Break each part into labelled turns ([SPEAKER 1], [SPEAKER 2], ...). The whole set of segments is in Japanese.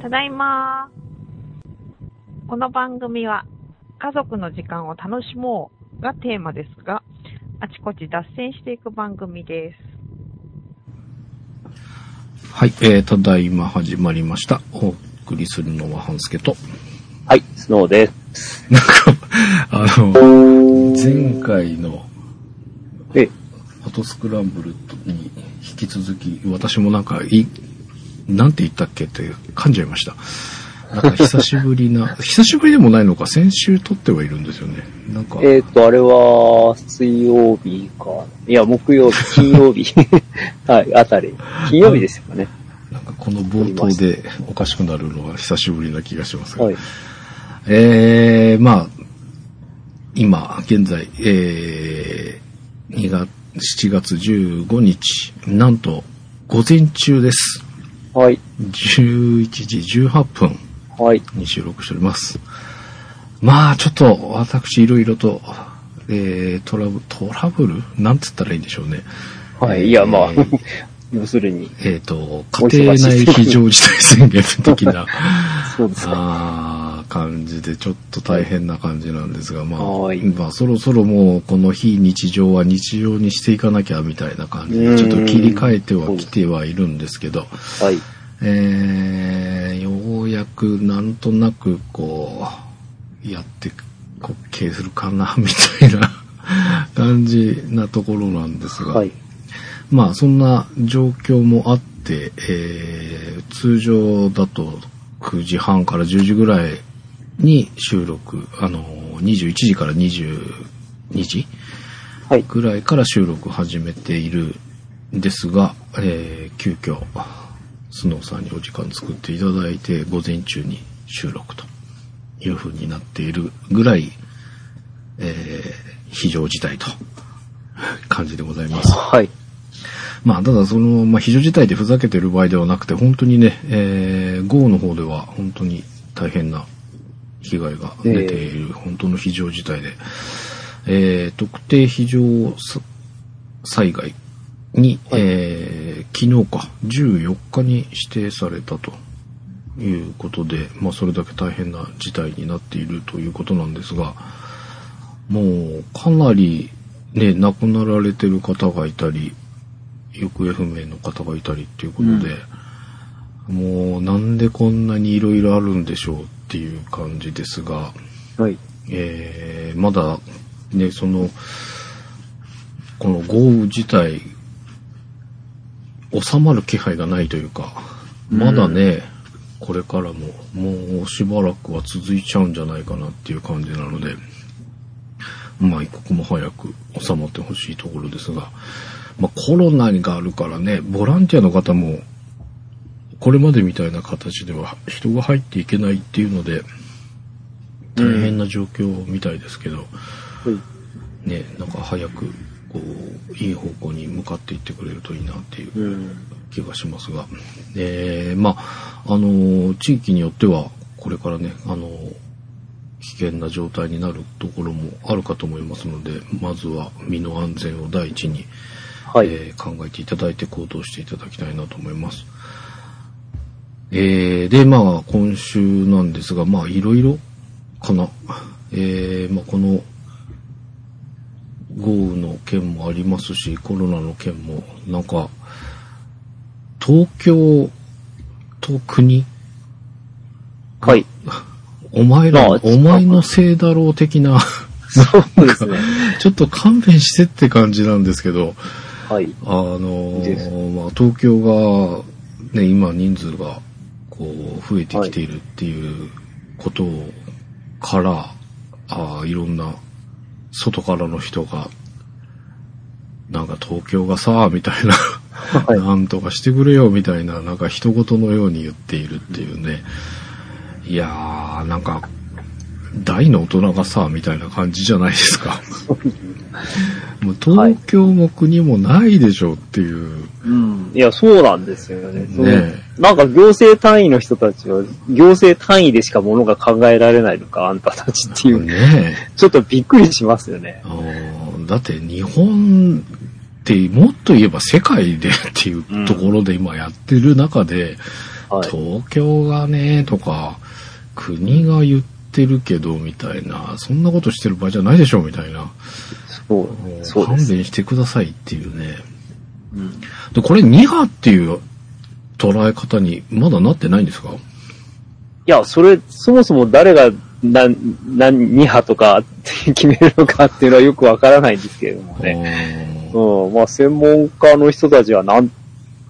[SPEAKER 1] ただいま。この番組は、家族の時間を楽しもうがテーマですが、あちこち脱線していく番組です。
[SPEAKER 2] はい、えー、ただいま始まりました。お送りするのは半助と。
[SPEAKER 3] はい、スノーです。
[SPEAKER 2] なんか、あの、前回の
[SPEAKER 3] え、
[SPEAKER 2] フォトスクランブルに引き続き、私もなんか、い、なんて言ったっけって噛んじゃいました。なんか久しぶりな、 久しぶりでもないのか、先週撮ってはいるんですよね。なんか、
[SPEAKER 3] えっ、と、あれは、水曜日か。いや、木曜日、金曜日。 はい、あたり。金曜日ですよね。
[SPEAKER 2] なんかこの冒頭でおかしくなるのは久しぶりな気がしますが
[SPEAKER 3] はい。
[SPEAKER 2] えー、まあ、今、現在、えー、2月、7月15日、なんと、午前中です。
[SPEAKER 3] はい、
[SPEAKER 2] 11時18分
[SPEAKER 3] はい、
[SPEAKER 2] に収録しております。まあ、ちょっと、私、いろいろと、えー、トラブル、トラブルなんつったらいいんでしょうね。
[SPEAKER 3] はい。いや、まあ
[SPEAKER 2] えー、
[SPEAKER 3] 要するに、
[SPEAKER 2] えっ、と、家庭内非常事態宣言的 な、
[SPEAKER 3] そうですか。
[SPEAKER 2] あー感じで、ちょっと大変な感じなんですが、まあ、
[SPEAKER 3] はい
[SPEAKER 2] まあ、そろそろもう、この非日常は日常にしていかなきゃみたいな感じで、ちょっと切り替えてはきてはいるんですけど、
[SPEAKER 3] はい、
[SPEAKER 2] えー、ようやくなんとなく、こう、やって、滑稽するかな、みたいな感じなところなんですが、
[SPEAKER 3] はい、
[SPEAKER 2] まあそんな状況もあって、えー通常だと9時半から10時ぐらいに収録、あの、21時から22時
[SPEAKER 3] はい、
[SPEAKER 2] ぐらいから収録始めているんですが、えー急遽、スノーさんにお時間作っていただいて、午前中に収録という風になっているぐらい、えー非常事態と感じでございます。
[SPEAKER 3] はい、
[SPEAKER 2] まあ、ただその、まあ、非常事態でふざけてる場合ではなくて、本当にね、えー、豪雨の方では本当に大変な被害が出ている、本当の非常事態で、えー、特定非常さ災害に、えー、昨日か、14日に指定されたということで、まあ、それだけ大変な事態になっているということなんですが、もう、かなり、ね、亡くなられてる方がいたり、行方不明の方がいたりっていうことで、もうなんでこんなにいろいろあるんでしょうっていう感じですが、
[SPEAKER 3] はい、
[SPEAKER 2] えーまだね、その、この豪雨自体、収まる気配がないというか、まだね、これからも、もうしばらくは続いちゃうんじゃないかなっていう感じなので、まあ一刻も早く収まってほしいところですが、まあコロナがあるからね、ボランティアの方も、これまでみたいな形では人が入っていけないっていうので、大変な状況みたいですけど、
[SPEAKER 3] はい。
[SPEAKER 2] ね、なんか早く、こう、いい方向に向かっていってくれるといいなっていう
[SPEAKER 3] うん、
[SPEAKER 2] 気がしますが、えーまあ、あの、地域によっては、これからね、あの、危険な状態になるところもあるかと思いますので、まずは身の安全を第一に、
[SPEAKER 3] はい、
[SPEAKER 2] えー考えていただいて行動していただきたいなと思います。えーで、まあ、今週なんですが、まあ、いろいろかな。えーまあ、この、豪雨の件もありますし、コロナの件も、なんか、東京と国、
[SPEAKER 3] はい。
[SPEAKER 2] お前ら、
[SPEAKER 3] まあ
[SPEAKER 2] お前のせいだろう的な、
[SPEAKER 3] そうですね。
[SPEAKER 2] ちょっと勘弁してって感じなんですけど、
[SPEAKER 3] はい、
[SPEAKER 2] あのー
[SPEAKER 3] です
[SPEAKER 2] まあ、東京が、ね、今人数が、こう、増えてきているっていうことから、あーいろんな、外からの人が、なんか東京がさ、みたいな、
[SPEAKER 3] はい、
[SPEAKER 2] なんとかしてくれよ、みたいな、なんか人事のように言っているっていうね。いやー、なんか、大の大人がさ、みたいな感じじゃないですか。もう東京も国もないでしょうっていう。
[SPEAKER 3] うん。いや、そうなんですよね。その
[SPEAKER 2] ね
[SPEAKER 3] なんか行政単位の人たちは、行政単位でしかものが考えられないのか、あんたたちっていう。
[SPEAKER 2] ね
[SPEAKER 3] ちょっとびっくりしますよね。
[SPEAKER 2] あーだって日本ってもっと言えば世界でっていうところで今やってる中で、
[SPEAKER 3] はい。
[SPEAKER 2] 東京がね、とか、国が言ってるけど、みたいな、そんなことしてる場合じゃないでしょ、みたいな。
[SPEAKER 3] そう
[SPEAKER 2] も、う
[SPEAKER 3] そうで
[SPEAKER 2] 勘
[SPEAKER 3] す。
[SPEAKER 2] 弁してくださいっていうね。
[SPEAKER 3] うん
[SPEAKER 2] で、これ2波っていう捉え方にまだなってないんですか
[SPEAKER 3] いや、それ、そもそも誰が何、何、2波とかって決めるのかっていうのはよくわからないんですけれどもね。
[SPEAKER 2] ね。
[SPEAKER 3] うん、まあ専門家の人たちはなん、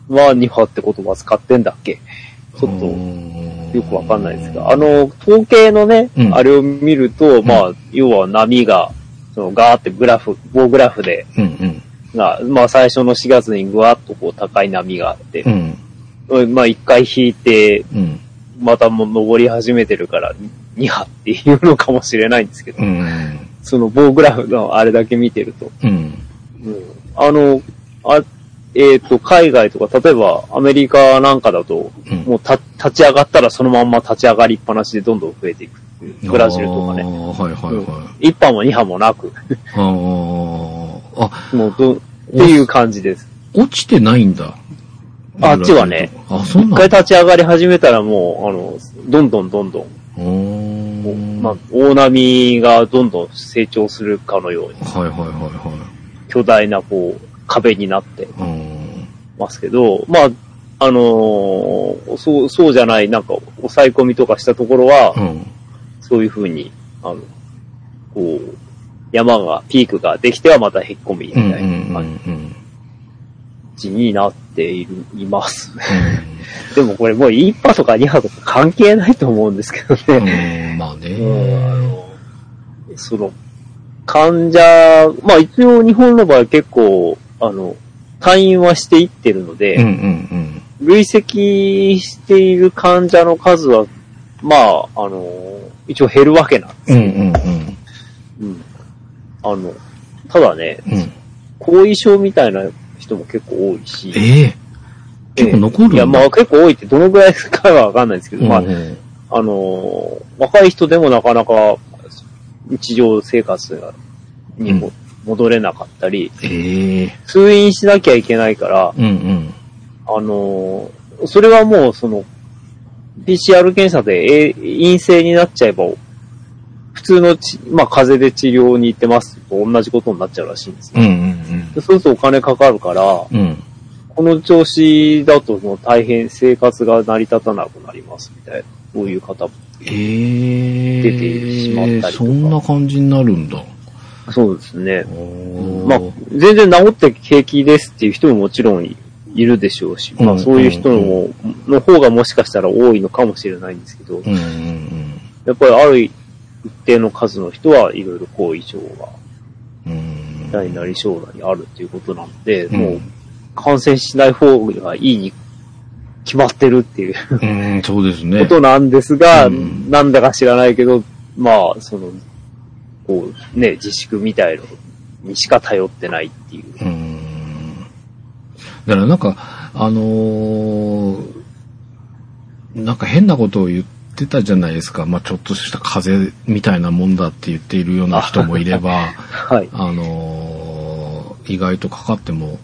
[SPEAKER 3] まあ2波って言葉使ってんだっけちょっと
[SPEAKER 2] と
[SPEAKER 3] よくわかんないですが、あ、の、統計のね、
[SPEAKER 2] うん
[SPEAKER 3] あれを見ると、まあ、要は波が、そのガーってグラフ、棒グラフで、
[SPEAKER 2] うんうん。
[SPEAKER 3] が、まあ最初の4月にぐわっとこう高い波があって
[SPEAKER 2] う、ん。
[SPEAKER 3] うんまあ一回引いて、
[SPEAKER 2] うん。
[SPEAKER 3] またもう登り始めてるから、2波っていうのかもしれないんですけど、
[SPEAKER 2] うん。
[SPEAKER 3] その棒グラフのあれだけ見てると、
[SPEAKER 2] うん。
[SPEAKER 3] うんあの、あ、えっ、と、海外とか、例えばアメリカなんかだと、
[SPEAKER 2] うん
[SPEAKER 3] もうた立ち上がったらそのまんま立ち上がりっぱなしでどんどん増えていくっていう。ブラジルとか
[SPEAKER 2] あ
[SPEAKER 3] ね。
[SPEAKER 2] ーはいはいはい。
[SPEAKER 3] 一波も二波もなく、
[SPEAKER 2] ああ、あ、
[SPEAKER 3] もうど、っていう感じです。
[SPEAKER 2] 落ちてないんだ。
[SPEAKER 3] あっちはね。
[SPEAKER 2] あ、そう
[SPEAKER 3] 一
[SPEAKER 2] なん
[SPEAKER 3] 回
[SPEAKER 2] だ。
[SPEAKER 3] 立ち上がり始めたらもう、あの、どんどんどんどん、
[SPEAKER 2] お
[SPEAKER 3] こう
[SPEAKER 2] ー
[SPEAKER 3] まあ、大波がどんどん成長するかのように、
[SPEAKER 2] はいはいはいはい
[SPEAKER 3] 巨大なこう、壁になって。
[SPEAKER 2] うん
[SPEAKER 3] ますけど、まあ、あのーそう、そうじゃない、なんか、抑え込みとかしたところは、
[SPEAKER 2] うん。
[SPEAKER 3] そういうふうに、あの、こう、山が、ピークができてはまたへっこみ、み
[SPEAKER 2] う
[SPEAKER 3] た
[SPEAKER 2] ん。う
[SPEAKER 3] い
[SPEAKER 2] ん。
[SPEAKER 3] な
[SPEAKER 2] う
[SPEAKER 3] 感
[SPEAKER 2] ん。
[SPEAKER 3] じになっている、います。 でもこれもう1波とか2波とか関係ないと思うんですけど
[SPEAKER 2] う
[SPEAKER 3] ね。
[SPEAKER 2] ん。まあ
[SPEAKER 3] うんあ
[SPEAKER 2] ね。
[SPEAKER 3] のその、患者、まあ一応日本の場合結構、あの、退院はしていってるので、
[SPEAKER 2] うんうん
[SPEAKER 3] 累積している患者の数は、まあ、あの、一応減るわけなんです
[SPEAKER 2] うん。うんうんうん。
[SPEAKER 3] うん。あの、ただね、
[SPEAKER 2] うん。
[SPEAKER 3] 後遺症みたいな人も結構多いし、
[SPEAKER 2] ええ。結構残るんだ
[SPEAKER 3] いや、まあ結構多いってどのぐらいかはわかんないですけど、まあ
[SPEAKER 2] うん、うん
[SPEAKER 3] あの、若い人でもなかなか日常生活にも戻れなかったり、
[SPEAKER 2] ええ。
[SPEAKER 3] 通院しなきゃいけないから、
[SPEAKER 2] うんうん。
[SPEAKER 3] あのーそれはもう、その、PCR 検査で、え陰性になっちゃえば、普通のち、まあ、風邪で治療に行ってますと同じことになっちゃうらしいんです
[SPEAKER 2] うん
[SPEAKER 3] ね。
[SPEAKER 2] うん
[SPEAKER 3] でそうするとお金かかるから、こ
[SPEAKER 2] うん。うん。
[SPEAKER 3] の調子だともう大変生活が成り立たなくなりますみたいな、こういう方も。
[SPEAKER 2] ええ。
[SPEAKER 3] 出てしまったりとか
[SPEAKER 2] そんな感じになるんだ。
[SPEAKER 3] そうですね。
[SPEAKER 2] おー
[SPEAKER 3] まあ、全然治って平気ですっていう人ももちろんいるでしょうし、ま
[SPEAKER 2] う
[SPEAKER 3] あ、
[SPEAKER 2] ん
[SPEAKER 3] そういう人のも、の方がもしかしたら多いのかもしれないんですけど、
[SPEAKER 2] うんうんうん。
[SPEAKER 3] やっぱりある一定の数の人はいろいろ後遺症が
[SPEAKER 2] うん。
[SPEAKER 3] 大なり小なりあるということなので、
[SPEAKER 2] うん
[SPEAKER 3] もう感染しない方がいいに決まってるっていうこ
[SPEAKER 2] うん、そうですね。
[SPEAKER 3] となんですが、
[SPEAKER 2] うん
[SPEAKER 3] なんだか知らないけど、まあ、その、こうね、自粛みたいのにしか頼ってないっていう。
[SPEAKER 2] うーんだからなんか、あのーなんか変なことを言ってたじゃないですか。まあ、ちょっとした風邪みたいなもんだって言っているような人もいれば、
[SPEAKER 3] はい。
[SPEAKER 2] あのー意外とかかっても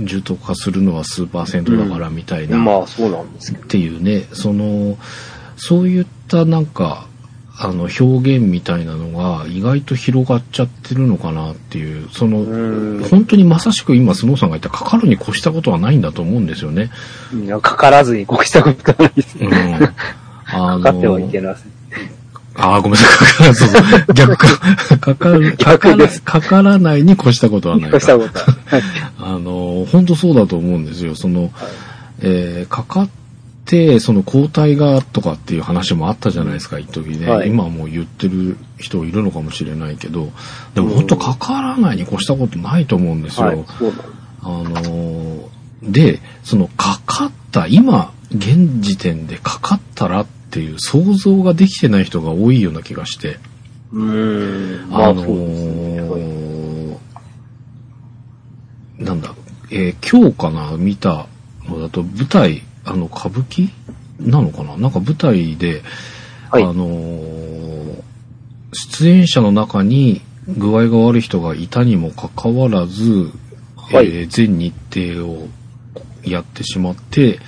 [SPEAKER 2] 重篤化するのは数パーセントだからみたいな、
[SPEAKER 3] まあ、そうなんですけど。
[SPEAKER 2] っていうね、その、そういったなんか、あの表現みたいなのが意外と広がっちゃってるのかなっていう、その、
[SPEAKER 3] うん
[SPEAKER 2] 本当にまさしく今、スノーさんが言った、かかるに越したことはないんだと思うんですよね。
[SPEAKER 3] いやかからずにこうしたことがないです。
[SPEAKER 2] うん。あ
[SPEAKER 3] かかってはいけ
[SPEAKER 2] い。
[SPEAKER 3] ない。
[SPEAKER 2] あーごめんなさい、 かからそうそう。逆 か、かかる、かか
[SPEAKER 3] 逆
[SPEAKER 2] ら
[SPEAKER 3] で
[SPEAKER 2] かからないに越したことはない
[SPEAKER 3] こ
[SPEAKER 2] か
[SPEAKER 3] うしたことはない。
[SPEAKER 2] あの、本当そうだと思うんですよ。その、えーかかって、その抗体がとかっていう話もあったじゃないですか、一時ね。
[SPEAKER 3] はい
[SPEAKER 2] 今はもう言ってる人いるのかもしれないけど、でも本当かからないに越したことないと思うんですよ。
[SPEAKER 3] はい、そうなんです。
[SPEAKER 2] あのーで、そのかかった、今、現時点でかかったらっていう想像ができてない人が多いような気がして。
[SPEAKER 3] うーん。ま
[SPEAKER 2] あ
[SPEAKER 3] あ、
[SPEAKER 2] の
[SPEAKER 3] そうですね。はい
[SPEAKER 2] ーなんだ、えー今日かな、見たのだと、舞台、あの、歌舞伎なのかななんか舞台で、
[SPEAKER 3] はい
[SPEAKER 2] あのー出演者の中に具合が悪い人がいたにもかかわらず、
[SPEAKER 3] はい
[SPEAKER 2] えー全日程をやってしまって、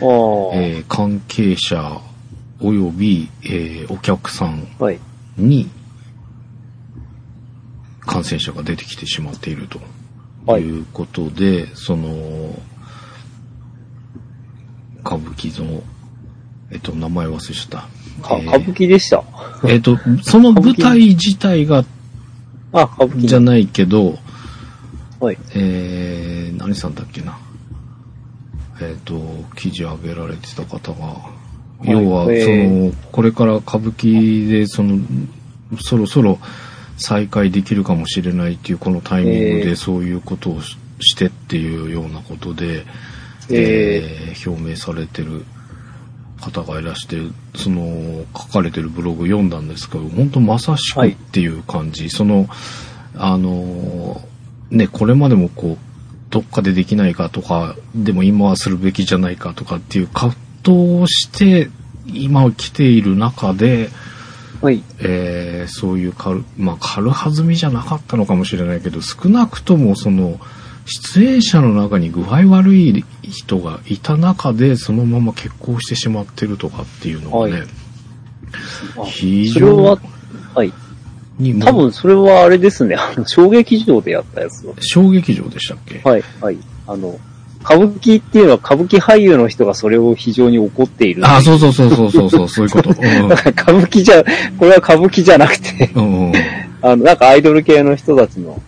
[SPEAKER 3] ああ、
[SPEAKER 2] えー関係者及び、えーお客さん
[SPEAKER 3] はい。
[SPEAKER 2] に感染者が出てきてしまっていると
[SPEAKER 3] はい
[SPEAKER 2] いうことで、その、歌舞伎の、えっと、名前忘れちゃった。
[SPEAKER 3] か
[SPEAKER 2] えー
[SPEAKER 3] 歌舞伎でした。
[SPEAKER 2] えっと、その舞台自体が
[SPEAKER 3] あ、歌舞伎
[SPEAKER 2] じゃないけど、
[SPEAKER 3] はい。
[SPEAKER 2] えー、何さんだっけな。えっ、と、記事上げられてた方が、
[SPEAKER 3] い
[SPEAKER 2] 要は、その、
[SPEAKER 3] え
[SPEAKER 2] これから歌舞伎で、その、そろそろ再開できるかもしれないっていう、このタイミング
[SPEAKER 3] え
[SPEAKER 2] で
[SPEAKER 3] ー
[SPEAKER 2] そういうことをししてっていうようなことで、
[SPEAKER 3] え
[SPEAKER 2] えー表明されてる方がいらして、その、書かれてるブログ読んだんですけど、本当まさしくっていう感じ。その、あの、ね、これまでもこう、どっかでできないかとか、でも今はするべきじゃないかとかっていう葛藤をして、今来ている中で、
[SPEAKER 3] ーはい。
[SPEAKER 2] えーそういう軽、まあ、軽はずみじゃなかったのかもしれないけど、少なくともその、出演者の中に具合悪い人がいた中で、そのまま結婚してしまってるとかっていうのがね、
[SPEAKER 3] はあ
[SPEAKER 2] 非
[SPEAKER 3] それは
[SPEAKER 2] 常、
[SPEAKER 3] はい。
[SPEAKER 2] にもう
[SPEAKER 3] 多分それはあれですね。あの、小劇場でやったやつの。
[SPEAKER 2] 小劇場でしたっけ
[SPEAKER 3] はい、はい。あの、歌舞伎っていうのは歌舞伎俳優の人がそれを非常に怒っている。
[SPEAKER 2] あ、そうそうそうそうそうそう、そういうこと。うん
[SPEAKER 3] だから歌舞伎じゃ、これは歌舞伎じゃなくて、
[SPEAKER 2] うんうん、っ
[SPEAKER 3] あの、なんかアイドル系の人たちの、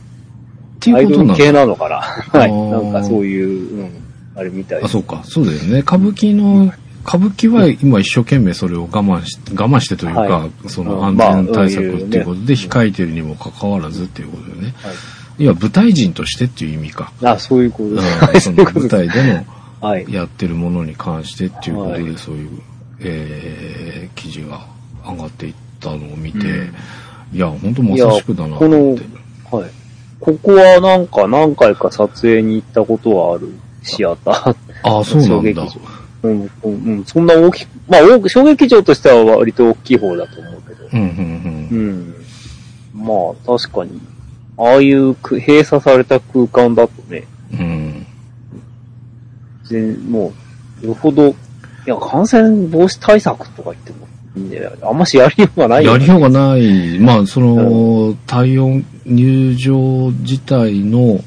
[SPEAKER 2] て
[SPEAKER 3] ア
[SPEAKER 2] いう
[SPEAKER 3] イ
[SPEAKER 2] こ
[SPEAKER 3] ド
[SPEAKER 2] と
[SPEAKER 3] ル
[SPEAKER 2] なの
[SPEAKER 3] 系なのかな。は
[SPEAKER 2] あ
[SPEAKER 3] い。
[SPEAKER 2] ー
[SPEAKER 3] なんかそういう、うん、あれみたい
[SPEAKER 2] あ、
[SPEAKER 3] です。
[SPEAKER 2] そうか。そうだよね。歌舞伎の、歌舞伎は今一生懸命それを我慢し、我慢してというか、
[SPEAKER 3] は
[SPEAKER 2] その
[SPEAKER 3] う
[SPEAKER 2] 安
[SPEAKER 3] んまあ
[SPEAKER 2] 全対策っていうこと
[SPEAKER 3] うん
[SPEAKER 2] で控えてるにもかかわらずっていうことだよね。
[SPEAKER 3] はい
[SPEAKER 2] いや、舞台人としてっていう意味か。
[SPEAKER 3] あ、そういうこ
[SPEAKER 2] う
[SPEAKER 3] と
[SPEAKER 2] ん
[SPEAKER 3] です。 はい、
[SPEAKER 2] そ
[SPEAKER 3] そう
[SPEAKER 2] の
[SPEAKER 3] いうこと
[SPEAKER 2] 舞
[SPEAKER 3] です。
[SPEAKER 2] 台での
[SPEAKER 3] はい。
[SPEAKER 2] やってるものに関してっていうこと
[SPEAKER 3] は
[SPEAKER 2] で、
[SPEAKER 3] い
[SPEAKER 2] そういう、えー、記事が上がっていったのを見て、
[SPEAKER 3] うん
[SPEAKER 2] いや、本当まさしくだなと思って。
[SPEAKER 3] はい。ここはなんか何回か撮影に行ったことはあるシアター。
[SPEAKER 2] ああ、そうなんだ
[SPEAKER 3] 小。劇場うん、うん、うん。そんな大きく、まあ、大き小劇場としては割と大きい方だと思うけど。
[SPEAKER 2] うん、うん、うん
[SPEAKER 3] う。ん。まあ、確かに。ああいうく閉鎖された空間だとね、
[SPEAKER 2] うん
[SPEAKER 3] 全もう、よほど、いや、感染防止対策とか言っても、ねあんましやりようがない
[SPEAKER 2] や
[SPEAKER 3] よ
[SPEAKER 2] り
[SPEAKER 3] ね、
[SPEAKER 2] ようがない。まあ、その、体温、入場自体の、
[SPEAKER 3] うん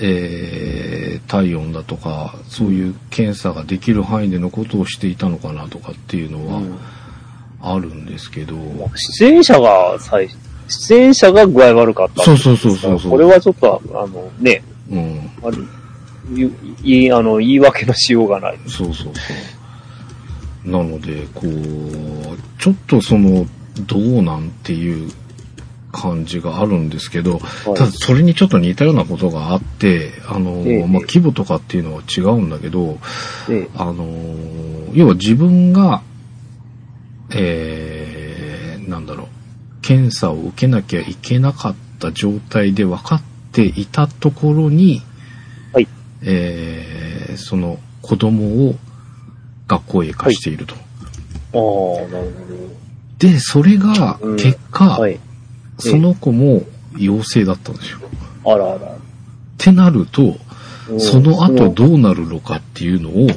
[SPEAKER 2] えー体温だとか、そういう検査ができる範囲でのことをしていたのかなとかっていうの
[SPEAKER 3] うん
[SPEAKER 2] はあるんですけど、
[SPEAKER 3] まあ出演者が最、出演者が具合悪かった。
[SPEAKER 2] そうそうそうそうそう
[SPEAKER 3] これはちょっと、あの、ね、
[SPEAKER 2] うん、
[SPEAKER 3] あの言う言い、あの、言い訳のしようがない。
[SPEAKER 2] そうそうそう。なので、こう、ちょっとその、どうなんっていう感じがあるんですけど、
[SPEAKER 3] はい
[SPEAKER 2] ただそれにちょっと似たようなことがあって、あの、
[SPEAKER 3] ええ
[SPEAKER 2] まあ、規模とかっていうのは違うんだけど、
[SPEAKER 3] え
[SPEAKER 2] あのー要は自分が、えー、なんだろう、検査を受けなきゃいけなかった状態で分かっていたところに、
[SPEAKER 3] はい
[SPEAKER 2] えー、その子供を学校へ貸していると。
[SPEAKER 3] えああ、なる
[SPEAKER 2] で、それが
[SPEAKER 3] うん
[SPEAKER 2] 結
[SPEAKER 3] ほ
[SPEAKER 2] 果、
[SPEAKER 3] ど。はい。
[SPEAKER 2] その子も陽性だったんですよ。っ
[SPEAKER 3] あらあら。
[SPEAKER 2] てなると、
[SPEAKER 3] うん
[SPEAKER 2] その後どうなるのかっていうのを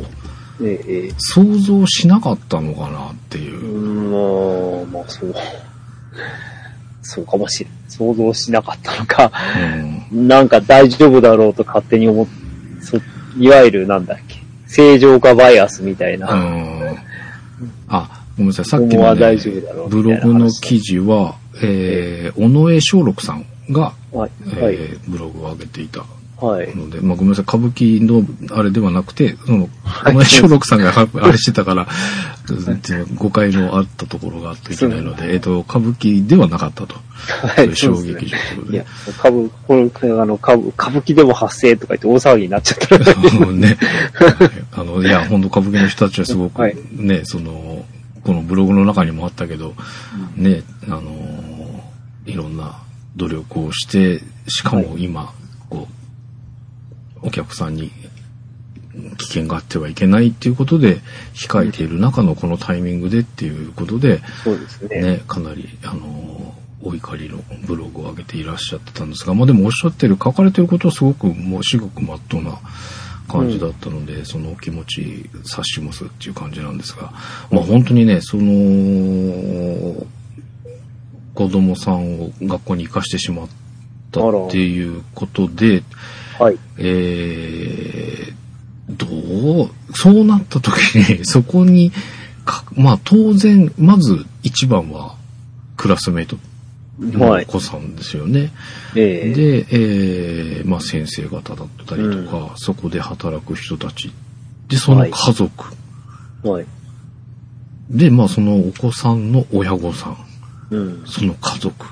[SPEAKER 3] ええええ
[SPEAKER 2] 想像しなかったのかなっていうう。
[SPEAKER 3] ーん、まあ、まあ、そう。そうかもしれん。想像しなかったのか、
[SPEAKER 2] うん
[SPEAKER 3] なんか大丈夫だろうと勝手に思っ、そいわゆるなんだっけ、正常化バイアスみたいな。
[SPEAKER 2] うんあ、ごめんなさい。さっき
[SPEAKER 3] ここ
[SPEAKER 2] の、
[SPEAKER 3] は
[SPEAKER 2] ね
[SPEAKER 3] 大丈夫だろ、う
[SPEAKER 2] ブログの記事は、えー、尾上松六さんが、
[SPEAKER 3] はい
[SPEAKER 2] え。ー
[SPEAKER 3] はい。
[SPEAKER 2] ブログを上げていた
[SPEAKER 3] はい。
[SPEAKER 2] ので、まあ、ごめんなさい。歌舞伎の、あれではなくて、その、尾上
[SPEAKER 3] い
[SPEAKER 2] 松六さんが あれしてたから、誤解のあったところがあっていけないので、えっ、と、歌舞伎ではなかったと。
[SPEAKER 3] は
[SPEAKER 2] そういう
[SPEAKER 3] い。
[SPEAKER 2] 衝
[SPEAKER 3] そうで
[SPEAKER 2] 撃
[SPEAKER 3] すね。
[SPEAKER 2] 場ということ
[SPEAKER 3] い
[SPEAKER 2] で
[SPEAKER 3] や、歌舞、これ、あの、歌舞、歌舞伎でも発生とか言って大騒ぎになっちゃったら、
[SPEAKER 2] あのね、あの、いや、本当歌舞伎の人たちはすごく、
[SPEAKER 3] はい
[SPEAKER 2] ね、その、このブログの中にもあったけど、ね、あのー、いろんな努力をして、しかも今、こう、お客さんに危険があってはいけないっていうことで、控えている中のこのタイミングでっていうことで、
[SPEAKER 3] そうですね。
[SPEAKER 2] ね、かなり、あのーお怒りのブログを上げていらっしゃってたんですが、まあでもおっしゃってる、書かれてることはすごくもう至極まっとうな感じだったので、そのお気持ち察しますっていう感じなんですが、まあ本当にね、その、子供さんを学校に行かしてしまったっていうことで、
[SPEAKER 3] はい。
[SPEAKER 2] えー、どう、そうなった時に、 そこにか、まあ当然、まず一番はクラスメイト
[SPEAKER 3] は
[SPEAKER 2] の
[SPEAKER 3] い。
[SPEAKER 2] 子さんですよね。
[SPEAKER 3] ええ
[SPEAKER 2] で、えーまあ、先生方だったりとか、そこで働く人たち、で、その家族、
[SPEAKER 3] はい。
[SPEAKER 2] で、まあ、そのお子さんの親御さん、
[SPEAKER 3] うん。
[SPEAKER 2] その家族、っ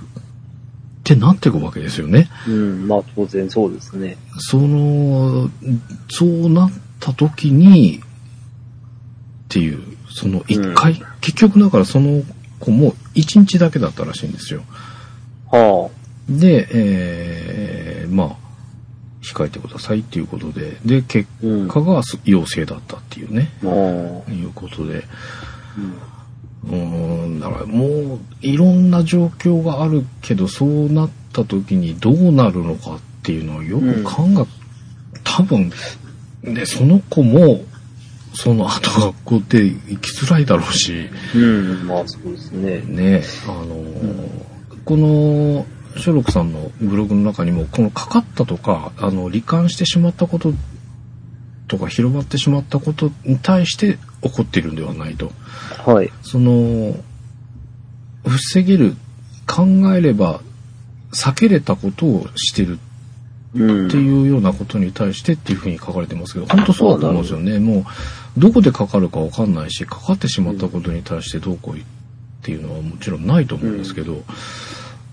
[SPEAKER 2] てなっていくわけですよね。
[SPEAKER 3] うん。まあ当然そうですね。
[SPEAKER 2] その、そうなった時に、っていう、その一回、結局だからその子も一日だけだったらしいんですよ。
[SPEAKER 3] は
[SPEAKER 2] で、えー、まあ、控えてくださいっていうことで、で、結
[SPEAKER 3] あ。うん。
[SPEAKER 2] 果がす陽性だったっていうね、
[SPEAKER 3] ああ。
[SPEAKER 2] いうことで、
[SPEAKER 3] うん
[SPEAKER 2] うーん、だからもういろんな状況があるけど、そうなった時にどうなるのかっていうのをよく考え、多分、ね、その子も、その後学校って行きづらいだろうし、
[SPEAKER 3] うん、まあそうですね。
[SPEAKER 2] ね、あのーこの、ショロクさんのブログの中にも、このかかったとか、あの、罹患してしまったこととか、広まってしまったことに対して起こっているんではないと。
[SPEAKER 3] はい。
[SPEAKER 2] その、防げる、考えれば、避けれたことをしてる
[SPEAKER 3] うん。
[SPEAKER 2] っていうようなことに対してっていうふうに書かれてますけど、本当そうだと思うんですよね。もう、どこでかかるかわかんないし、かかってしまったことに対してどうこうっていうのはもちろんないと思うんですけど、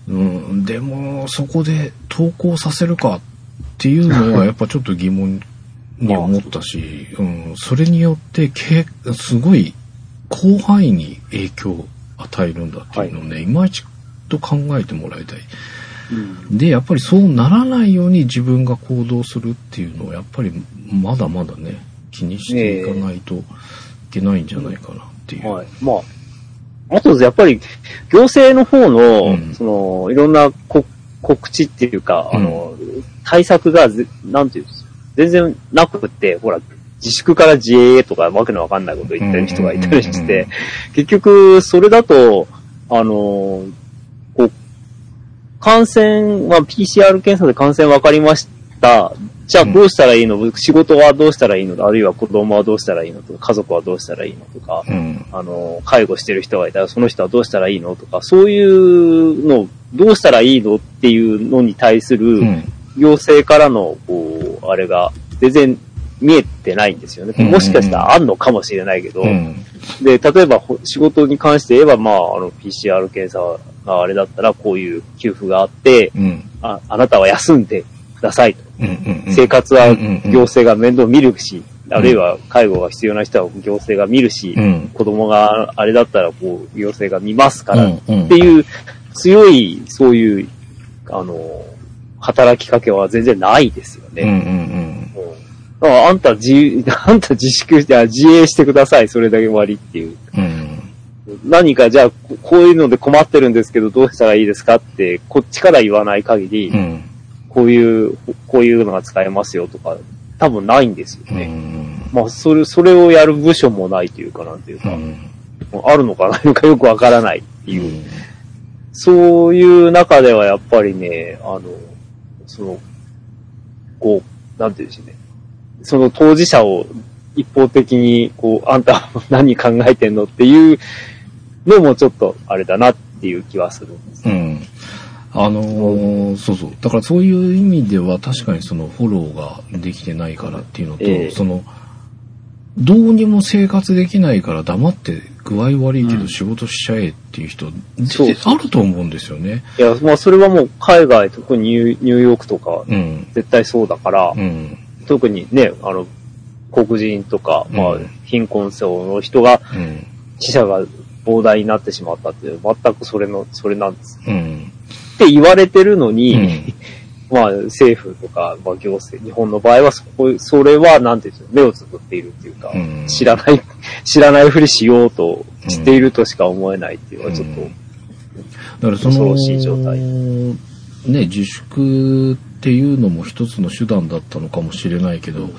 [SPEAKER 2] うん、でも、そこで投稿させるかっていうのは、やっぱちょっと疑問に思ったし、うん、それによって、けすごい広範囲に影響を与えるんだっていうのをね、いまいちと考えてもらいたい。
[SPEAKER 3] うん。
[SPEAKER 2] で、やっぱりそうならないように自分が行動するっていうのを、やっぱりまだまだね、気にしていかないといけないんじゃないかなっていう。
[SPEAKER 3] はい。まあ、あとですねやっぱり、行政の方の、
[SPEAKER 2] うん
[SPEAKER 3] その、いろんなこ告知っていうか、
[SPEAKER 2] うん
[SPEAKER 3] あの、対策がぜ、なんていうんですか、全然なくって、ほら、自粛から自衛へとか、わけのわかんないこと言ってる人がいたりし
[SPEAKER 2] うんうんうんう
[SPEAKER 3] て
[SPEAKER 2] ん、
[SPEAKER 3] 結局、それだと、あの、こう、感染、まあ、PCR 検査で感染分かりました。じゃあどうしたらいいの、仕事はどうしたらいいのあるいは子供はどうしたらいいのとか、家族はどうしたらいいのとか、
[SPEAKER 2] うん。
[SPEAKER 3] あの、介護してる人がいたらその人はどうしたらいいのとか、そういうの、どうしたらいいのっていうのに対す
[SPEAKER 2] う
[SPEAKER 3] る、
[SPEAKER 2] ん。
[SPEAKER 3] 行政からの、こう、あれが、全然見えてないんですよね。もしかしたらあんのかもしれないけど、
[SPEAKER 2] うん。
[SPEAKER 3] で、例えばほ仕事に関して言えば、まあ、あの、PCR 検査があれだったら、こういう給付があって、
[SPEAKER 2] うん。
[SPEAKER 3] ああなたは休んでくださいと。
[SPEAKER 2] うん。うん。
[SPEAKER 3] 生活は
[SPEAKER 2] うんうんうん
[SPEAKER 3] 行政が面倒見るし、あるいは介護が必要な人は行政が見るし、
[SPEAKER 2] うん。
[SPEAKER 3] 子供があれだったら、こう、行政が見ますか
[SPEAKER 2] う
[SPEAKER 3] ら、
[SPEAKER 2] ん。うん。
[SPEAKER 3] っていう強い、そういう、あの、働きかけは全然ないですよ
[SPEAKER 2] うん。う
[SPEAKER 3] ね。
[SPEAKER 2] ん。
[SPEAKER 3] うんだからあんた自 由、あんた自粛、じゃあ自衛してください、それだけ終わりっていう。
[SPEAKER 2] うん。うん。
[SPEAKER 3] 何かじゃあ、ここういうので困ってるんですけど、どうしたらいいですかって、こっちから言わない限り、
[SPEAKER 2] うん。
[SPEAKER 3] こういう、こういうのが使えますよとか、多分ないんですよ
[SPEAKER 2] う
[SPEAKER 3] ね。
[SPEAKER 2] ん。
[SPEAKER 3] まあ、それ、それをやる部署もないというか、なんていうか、あるのかないのかよくわからないっていう。そういう中ではやっぱりね、あの、その、こう、なんていうんでしょうね。その当事者を一方的に、こう、あんた何考えてんのっていうのもちょっとあれだなっていう気はするんです。
[SPEAKER 2] うん。あのーそうそう。だからそういう意味では確かにそのフォローができてないからっていうのと、
[SPEAKER 3] ええ
[SPEAKER 2] その、どうにも生活できないから黙って具合悪いけ
[SPEAKER 3] う
[SPEAKER 2] ど
[SPEAKER 3] ん
[SPEAKER 2] 仕事しちゃえっていう人、
[SPEAKER 3] そう
[SPEAKER 2] 絶対あると思うんですよね。
[SPEAKER 3] いや、まあそれはもう海外、特にニューニューヨークとか
[SPEAKER 2] うん。
[SPEAKER 3] 絶対そうだから、
[SPEAKER 2] うん。
[SPEAKER 3] 特にね、あの、黒人とか、まあ
[SPEAKER 2] うん
[SPEAKER 3] 貧困層の人が
[SPEAKER 2] うん。
[SPEAKER 3] 死者が膨大になってしまったっていう、全くそれの、それなんです。
[SPEAKER 2] うん。
[SPEAKER 3] って言われてるのに、
[SPEAKER 2] うん
[SPEAKER 3] まあ政府とか、まあ行政、日本の場合はそこ、それはなんていうんですか、目をつぶっているっていうか、
[SPEAKER 2] うん
[SPEAKER 3] 知らない、 知らないふりしようとしているとしか思えないっていうのはちょっと、
[SPEAKER 2] うんだからその、
[SPEAKER 3] 恐ろしい状態
[SPEAKER 2] ね、自粛っていうのも一つの手段だったのかもしれないけど、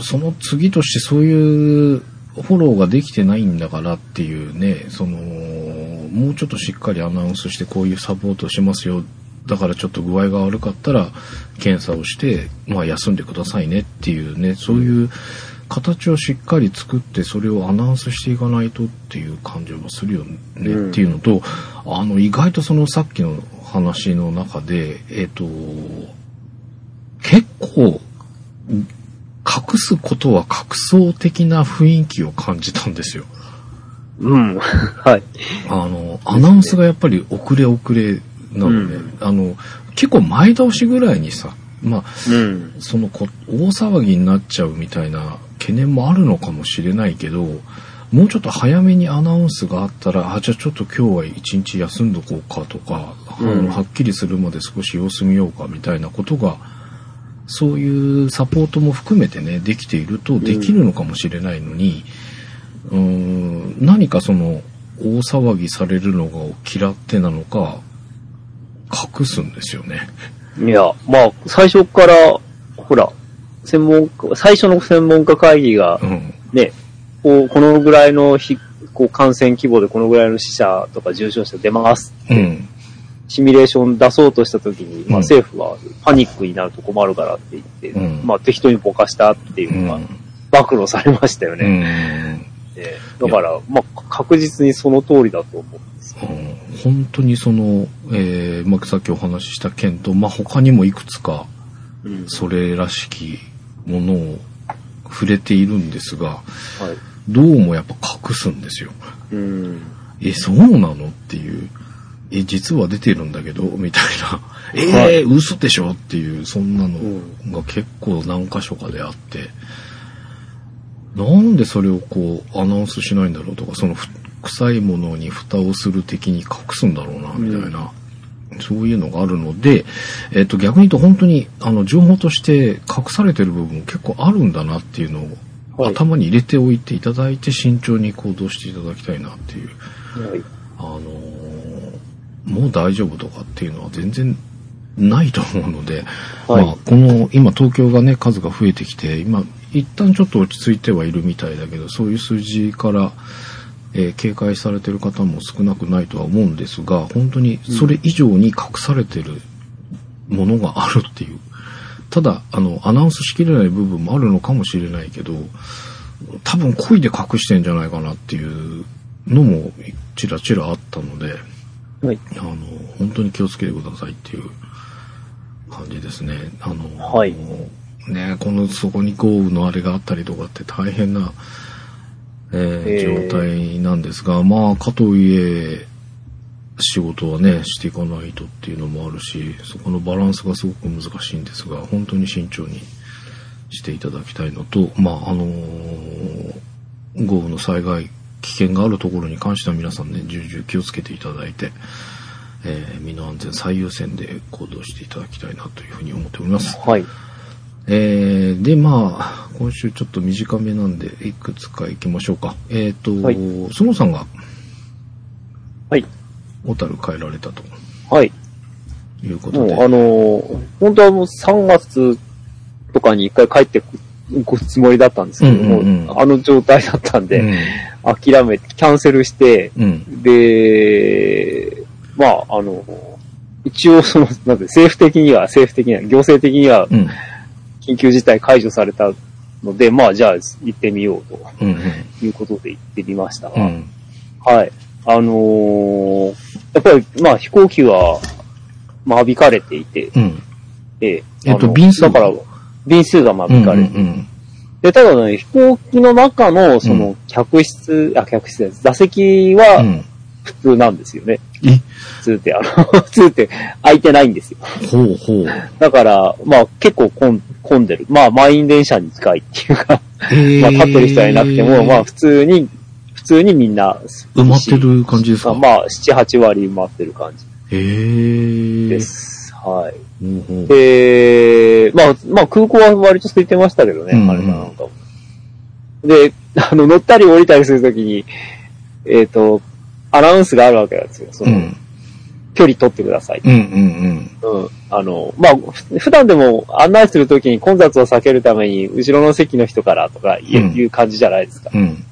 [SPEAKER 2] その次としてそういうフォローができてないんだからっていうね、その、もうちょっとしっかりアナウンスしてこういうサポートしますよ。だからちょっと具合が悪かったら検査をして、まあ休んでくださいねっていうね、そういう形をしっかり作ってそれをアナウンスしていかないとっていう感じはするよね
[SPEAKER 3] う
[SPEAKER 2] っ
[SPEAKER 3] ん
[SPEAKER 2] ていうのと、あの意外とそのさっきの話の中で、えっ、と、結構、隠すことは隠そう的な雰囲気を感じたんですよ。
[SPEAKER 3] うん。 はい。
[SPEAKER 2] あの、アナウンスがやっぱり遅れ遅れなので、
[SPEAKER 3] うん
[SPEAKER 2] あの、結構前倒しぐらいにさ、まあ、
[SPEAKER 3] うん。
[SPEAKER 2] そのこ大騒ぎになっちゃうみたいな懸念もあるのかもしれないけどもうちょっと早めにアナウンスがあったらあじゃあちょっと今日は一日休んどこうかとか、
[SPEAKER 3] うん
[SPEAKER 2] あのはっきりするまで少し様子見ようかみたいなことがそういうサポートも含めてねできているとできるのかもしれないのに、うーん、何かその大騒ぎされるのが嫌ってなのか隠すんですよね。
[SPEAKER 3] いや、まあ、最初から、ほら、専門家、最初の専門家会議が
[SPEAKER 2] う、ん
[SPEAKER 3] ね、こうこのぐらいのひこう感染規模でこのぐらいの死者とか重症者出ます。
[SPEAKER 2] うん
[SPEAKER 3] シミュレーション出そうとしたときに、まあ
[SPEAKER 2] うん
[SPEAKER 3] 政府はパニックになると困るからって言って、
[SPEAKER 2] うん
[SPEAKER 3] まあ適当にぼかしたっていううのが
[SPEAKER 2] ん
[SPEAKER 3] 暴露されましたよね。
[SPEAKER 2] うん
[SPEAKER 3] ええだから、まあ確実にその通りだと思うんです。
[SPEAKER 2] うん本当にその、えーまあ、さっきお話しした件と、まあ、他にもいくつか
[SPEAKER 3] うん。は
[SPEAKER 2] それらしきものを触れているんですが、
[SPEAKER 3] い。
[SPEAKER 2] どうもやっぱ隠すんですよ。
[SPEAKER 3] うん。
[SPEAKER 2] え、そうなのっていう。え、実は出てるんだけど、みたいな。えー
[SPEAKER 3] はい
[SPEAKER 2] 嘘でしょっていう、そんなの
[SPEAKER 3] うん
[SPEAKER 2] が結構何箇所かであって。なんでそれをこう、アナウンスしないんだろうとか、そのふ、臭いものに蓋をする的に隠すんだろうな、みたいな。そういうのがあるので、えっ、と、逆に言うと本当に、あの、情報として隠されてる部分結構あるんだなっていうのを、
[SPEAKER 3] はい
[SPEAKER 2] 頭に入れておいていただいて、慎重に行動していただきたいなっていう。
[SPEAKER 3] はい。
[SPEAKER 2] あのーもう大丈夫とかっていうのは全然ないと思うので、
[SPEAKER 3] はい
[SPEAKER 2] まあ、この今東京がね数が増えてきて今一旦ちょっと落ち着いてはいるみたいだけどそういう数字から、えー警戒されてる方も少なくないとは思うんですが本当にそれ以上に隠されてるものがあるっていう。ただ、あの、アナウンスしきれない部分もあるのかもしれないけど、多分故意で隠してんじゃないかなっていうのもちらちらあったので、
[SPEAKER 3] はい。
[SPEAKER 2] あの、本当に気をつけてくださいっていう感じですね。あの、
[SPEAKER 3] はい
[SPEAKER 2] ね、この、そこに豪雨のあれがあったりとかって大変な、えー
[SPEAKER 3] えー
[SPEAKER 2] 状態なんですが、まあ、かといえ、仕事はね、していかないとっていうのもあるし、そこのバランスがすごく難しいんですが、本当に慎重にしていただきたいのと、まあ、あのー豪雨の災害、危険があるところに関しては皆さんね、重々気をつけていただいて、えー身の安全最優先で行動していただきたいなというふうに思っております。
[SPEAKER 3] はい。
[SPEAKER 2] えー、で、まあ、今週ちょっと短めなんで、いくつか行きましょうか。えっ、と、
[SPEAKER 3] はい
[SPEAKER 2] そのさんが
[SPEAKER 3] はい。
[SPEAKER 2] 小樽帰られたと
[SPEAKER 3] はい。
[SPEAKER 2] いうこ
[SPEAKER 3] も
[SPEAKER 2] と
[SPEAKER 3] う、
[SPEAKER 2] で。
[SPEAKER 3] あのー本当はもう3月とかに1回帰ってくつもりだったんですけども、
[SPEAKER 2] うんうんうん
[SPEAKER 3] あの状態だったんで、諦めて、キャンセルして、
[SPEAKER 2] うん。うん。
[SPEAKER 3] で、まあ、あのー一応その、なんで、政府的には、政府的には、行政的には
[SPEAKER 2] うん。
[SPEAKER 3] 緊急事態解除されたので、まあ、じゃあ行ってみようと
[SPEAKER 2] うん。
[SPEAKER 3] いうことで行ってみましたが、
[SPEAKER 2] うん。
[SPEAKER 3] はい。あのーやっぱり、まあ、飛行機は、まあ、はびかれていて、
[SPEAKER 2] うん。
[SPEAKER 3] え
[SPEAKER 2] えっと
[SPEAKER 3] あの
[SPEAKER 2] 便数
[SPEAKER 3] だから、便数がまあ、
[SPEAKER 2] うん。
[SPEAKER 3] 見かれて。
[SPEAKER 2] うん。
[SPEAKER 3] で、ただね、飛行機の中の、そうの、客室、あ、客室です。座席
[SPEAKER 2] う
[SPEAKER 3] は
[SPEAKER 2] ん。
[SPEAKER 3] 普通なんですよね。
[SPEAKER 2] え
[SPEAKER 3] 普通って、あの、 普通って空いてないんですよ。
[SPEAKER 2] ほうほう。
[SPEAKER 3] だから、まあ、結構混ん混んでる。まあ、満員電車に近いっていうか、
[SPEAKER 2] え
[SPEAKER 3] まあ、立ってる人はいなくても、まあ、普通に、普通にみんな、
[SPEAKER 2] 埋まってる感じですか
[SPEAKER 3] まあ、7、8割埋まってる感じ
[SPEAKER 2] へえ。
[SPEAKER 3] です。はい。
[SPEAKER 2] ほうほう。
[SPEAKER 3] で、まあ、まあ空港は割と空いてましたけどね、
[SPEAKER 2] うんうん
[SPEAKER 3] あれだなんかも。で、あの、乗ったり降りたりするときに、えっ、と、アナウンスがあるわけなんですよ。その、
[SPEAKER 2] うん。
[SPEAKER 3] 距離取ってください。
[SPEAKER 2] うんうん
[SPEAKER 3] うん。あの、まあ、ふ普段でも案内するときに混雑を避けるために、後ろの席の人からとか言う,、
[SPEAKER 2] うん
[SPEAKER 3] いう感じじゃないですか。
[SPEAKER 2] うん。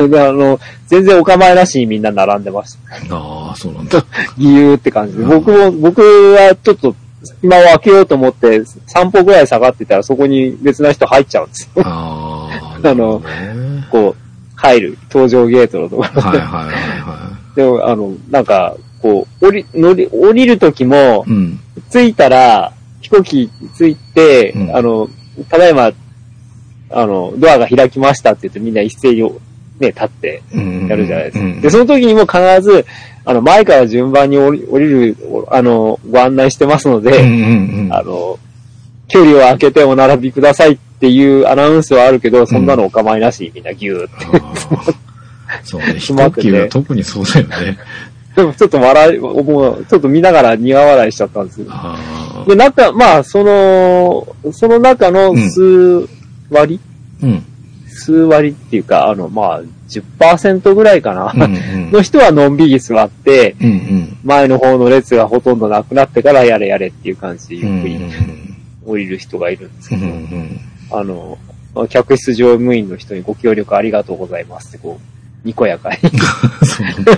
[SPEAKER 2] うん。
[SPEAKER 3] で、あの、全然お構いなしにみんな並んでました。
[SPEAKER 2] ああ、そうなん だ。
[SPEAKER 3] 理由って感じで。
[SPEAKER 2] うん
[SPEAKER 3] 僕も、僕はちょっと、隙間を開けようと思って、散歩ぐらい下がってたら、そこに別な人入っちゃうんですよ。
[SPEAKER 2] ああ、
[SPEAKER 3] あの
[SPEAKER 2] なるほどね
[SPEAKER 3] こう、入る、搭乗ゲートのところ。
[SPEAKER 2] はいはいはいは
[SPEAKER 3] でも、あの、なんか、こう、降り、乗り、降りるときも
[SPEAKER 2] い。、うん。
[SPEAKER 3] 着いたら、飛行機着いて、
[SPEAKER 2] うん
[SPEAKER 3] あの、ただいま、あの、ドアが開きましたって言ってみんな一斉にね、立って
[SPEAKER 2] うん
[SPEAKER 3] やるじゃないですか。
[SPEAKER 2] うん
[SPEAKER 3] で、その時にも必ず、あの、前から順番に降り降りる、あの、ご案内してますの
[SPEAKER 2] うん
[SPEAKER 3] で、
[SPEAKER 2] うんうん。
[SPEAKER 3] あの、距離を空けてお並びくださいっていうアナウンスはあるけど、そんなのお構いなしにみんなギューって。
[SPEAKER 2] あーそう ね、飛
[SPEAKER 3] 決ま
[SPEAKER 2] 行
[SPEAKER 3] ってて
[SPEAKER 2] 機は特にそうだよね。
[SPEAKER 3] でもちょっと笑い、もう、ちょっと見ながら苦笑いしちゃったんですけど。
[SPEAKER 2] ああ
[SPEAKER 3] で、中、まあ、その、その中の数割、
[SPEAKER 2] うん。
[SPEAKER 3] 数割っていうか、あの、まあ、10%ぐらいかな、
[SPEAKER 2] うんう ん。
[SPEAKER 3] の人はのんびり座って、
[SPEAKER 2] うんうん。
[SPEAKER 3] 前の方の列がほとんどなくなってからやれやれっていう感じで、
[SPEAKER 2] うん
[SPEAKER 3] ゆっくり降りる人がいるんです
[SPEAKER 2] う
[SPEAKER 3] け
[SPEAKER 2] ん
[SPEAKER 3] ど、
[SPEAKER 2] うん。
[SPEAKER 3] あの、客室乗務員の人にご協力ありがとうございますって、こう、にこやかに、
[SPEAKER 2] そうなんだ。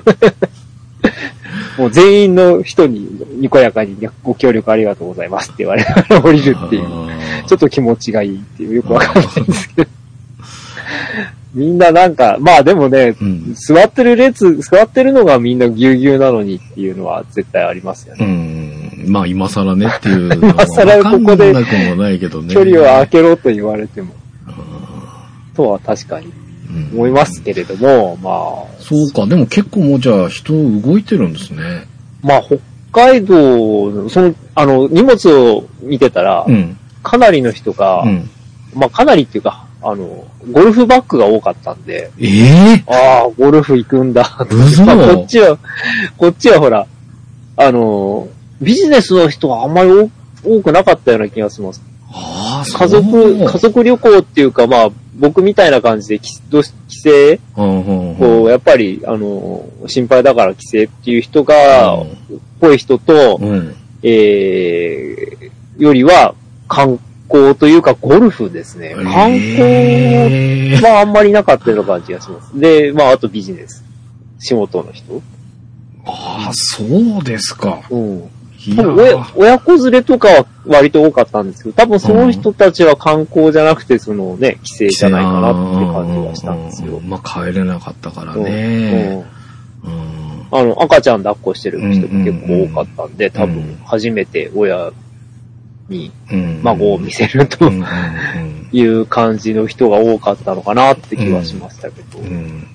[SPEAKER 3] もう全員の人ににこやかにご協力ありがとうございますって言われながら降りるっていう、ちょっと気持ちがいいっていう、よくわかんないんですけど、みんななんか、まあでもね、
[SPEAKER 2] うん。
[SPEAKER 3] 座ってる列、座ってるのがみんなぎゅうぎゅうなのにっていうのは絶対ありますよね。
[SPEAKER 2] うん。まあ、今更ねっていう のは。
[SPEAKER 3] 今更ここで
[SPEAKER 2] わかんなくもないけどね。
[SPEAKER 3] 距離を空けろと言われても、
[SPEAKER 2] あ
[SPEAKER 3] とは確かに
[SPEAKER 2] ーうん
[SPEAKER 3] 思いますけれども、まあ、
[SPEAKER 2] そうか、でも結構もうじゃあ人動いてるんですね。
[SPEAKER 3] まあ北海道、その、あの、荷物を見てたら
[SPEAKER 2] う、ん。
[SPEAKER 3] かなりの人が、
[SPEAKER 2] うん。
[SPEAKER 3] まあかなりっていうか、あの、ゴルフバッグが多かったんで、
[SPEAKER 2] ええ
[SPEAKER 3] ああ、ゴルフ行くんだ。
[SPEAKER 2] 嘘
[SPEAKER 3] まあこっちは、こっちはほら、あの、ビジネスの人はあんまり多多くなかったような気がします。
[SPEAKER 2] ああ、そう
[SPEAKER 3] 家族、家族旅行っていうか、まあ、僕みたいな感じで帰どうし帰省、
[SPEAKER 2] うんうん
[SPEAKER 3] こ
[SPEAKER 2] うん
[SPEAKER 3] う、やっぱり、あの、心配だから帰省っていう人が、ぽい人と
[SPEAKER 2] う、ん。
[SPEAKER 3] えー、よりは、観光というか、ゴルフですね。観光
[SPEAKER 2] ええ
[SPEAKER 3] はあんまりなかったような感じがします。で、まあ、あとビジネス。仕事の人。
[SPEAKER 2] ああ、そうですか。
[SPEAKER 3] うん。
[SPEAKER 2] いや
[SPEAKER 3] 多分親親子連れとかは割と多かったんですけど、多分その人たちは観光じゃなくて、そのね、帰省じゃないかなっていう感じがしたんです
[SPEAKER 2] う
[SPEAKER 3] よ
[SPEAKER 2] う。まあ帰れなかったから
[SPEAKER 3] う
[SPEAKER 2] ね。
[SPEAKER 3] ん
[SPEAKER 2] うん。
[SPEAKER 3] あの、赤ちゃん抱っこしてる人も結構多かったんで、
[SPEAKER 2] うんう
[SPEAKER 3] 多
[SPEAKER 2] んうん
[SPEAKER 3] 分初めて親に
[SPEAKER 2] うん
[SPEAKER 3] 孫を見せる
[SPEAKER 2] う
[SPEAKER 3] と
[SPEAKER 2] んうんうん
[SPEAKER 3] いう感じの人が多かったのかなって気はしましたけど。
[SPEAKER 2] うん。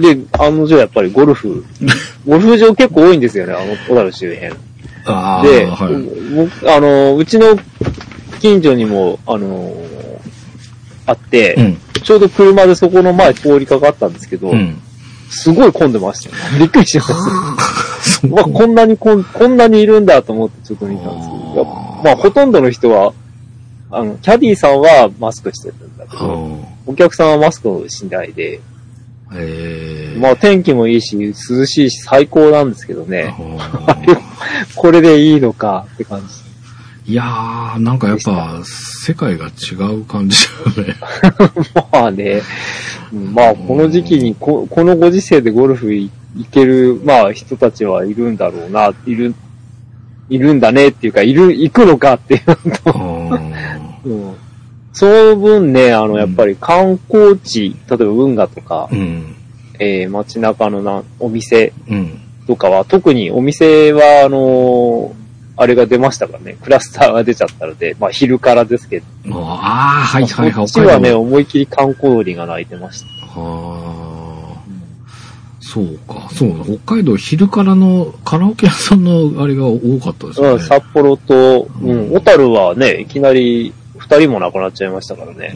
[SPEAKER 3] で、あの女やっぱりゴ ルフ、ゴルフ場結構多いんですよね、あの、小樽周辺。
[SPEAKER 2] ああ、
[SPEAKER 3] で、
[SPEAKER 2] はい。
[SPEAKER 3] 僕、あの、うちの近所にも、あの、あって、
[SPEAKER 2] うん。
[SPEAKER 3] ちょうど車でそこの前通りかかったんですけど、
[SPEAKER 2] うん。
[SPEAKER 3] すごい混んでましたよ、 びっくりしました。
[SPEAKER 2] そう
[SPEAKER 3] うわ、こんなにこん、こんなにいるんだと思ってちょっと見たんですけど、やっぱまあ、ほとんどの人は、あの、キャディーさんはマスクしてるんだけど、お客さんはマスクをしないで、
[SPEAKER 2] ええ
[SPEAKER 3] まあ、天気もいいし、涼しいし、最高なんですけどね、
[SPEAKER 2] あ ー
[SPEAKER 3] これでいいのかって感じ。
[SPEAKER 2] いやー、なんかやっぱ、世界が違う感じだよね。
[SPEAKER 3] まあね、うんまあこの時期にこ、このご時世でゴルフい行ける、まあ人たちはいるんだろうな、いる、いるんだねっていうか、いる、行くのかっていう。
[SPEAKER 2] う ーん
[SPEAKER 3] うんその分ね、あの、やっぱり観光地、例えば運河とか、
[SPEAKER 2] うん。
[SPEAKER 3] えー街中のなお店
[SPEAKER 2] うん。
[SPEAKER 3] とかは、特にお店は、あのーあれが出ましたからね、クラスターが出ちゃったので、まあ昼からですけど、
[SPEAKER 2] ああ、はいはい
[SPEAKER 3] こ
[SPEAKER 2] は
[SPEAKER 3] っ
[SPEAKER 2] い、
[SPEAKER 3] ちはね、思いっきり観光鳥が鳴いてました。
[SPEAKER 2] あーそうか。そうだ北海道昼からのカラオケ屋さんのあれが多かったですね。
[SPEAKER 3] うん、札幌と、
[SPEAKER 2] う
[SPEAKER 3] うんん、小樽はね、いきなり二人も亡くなっちゃいましたからね。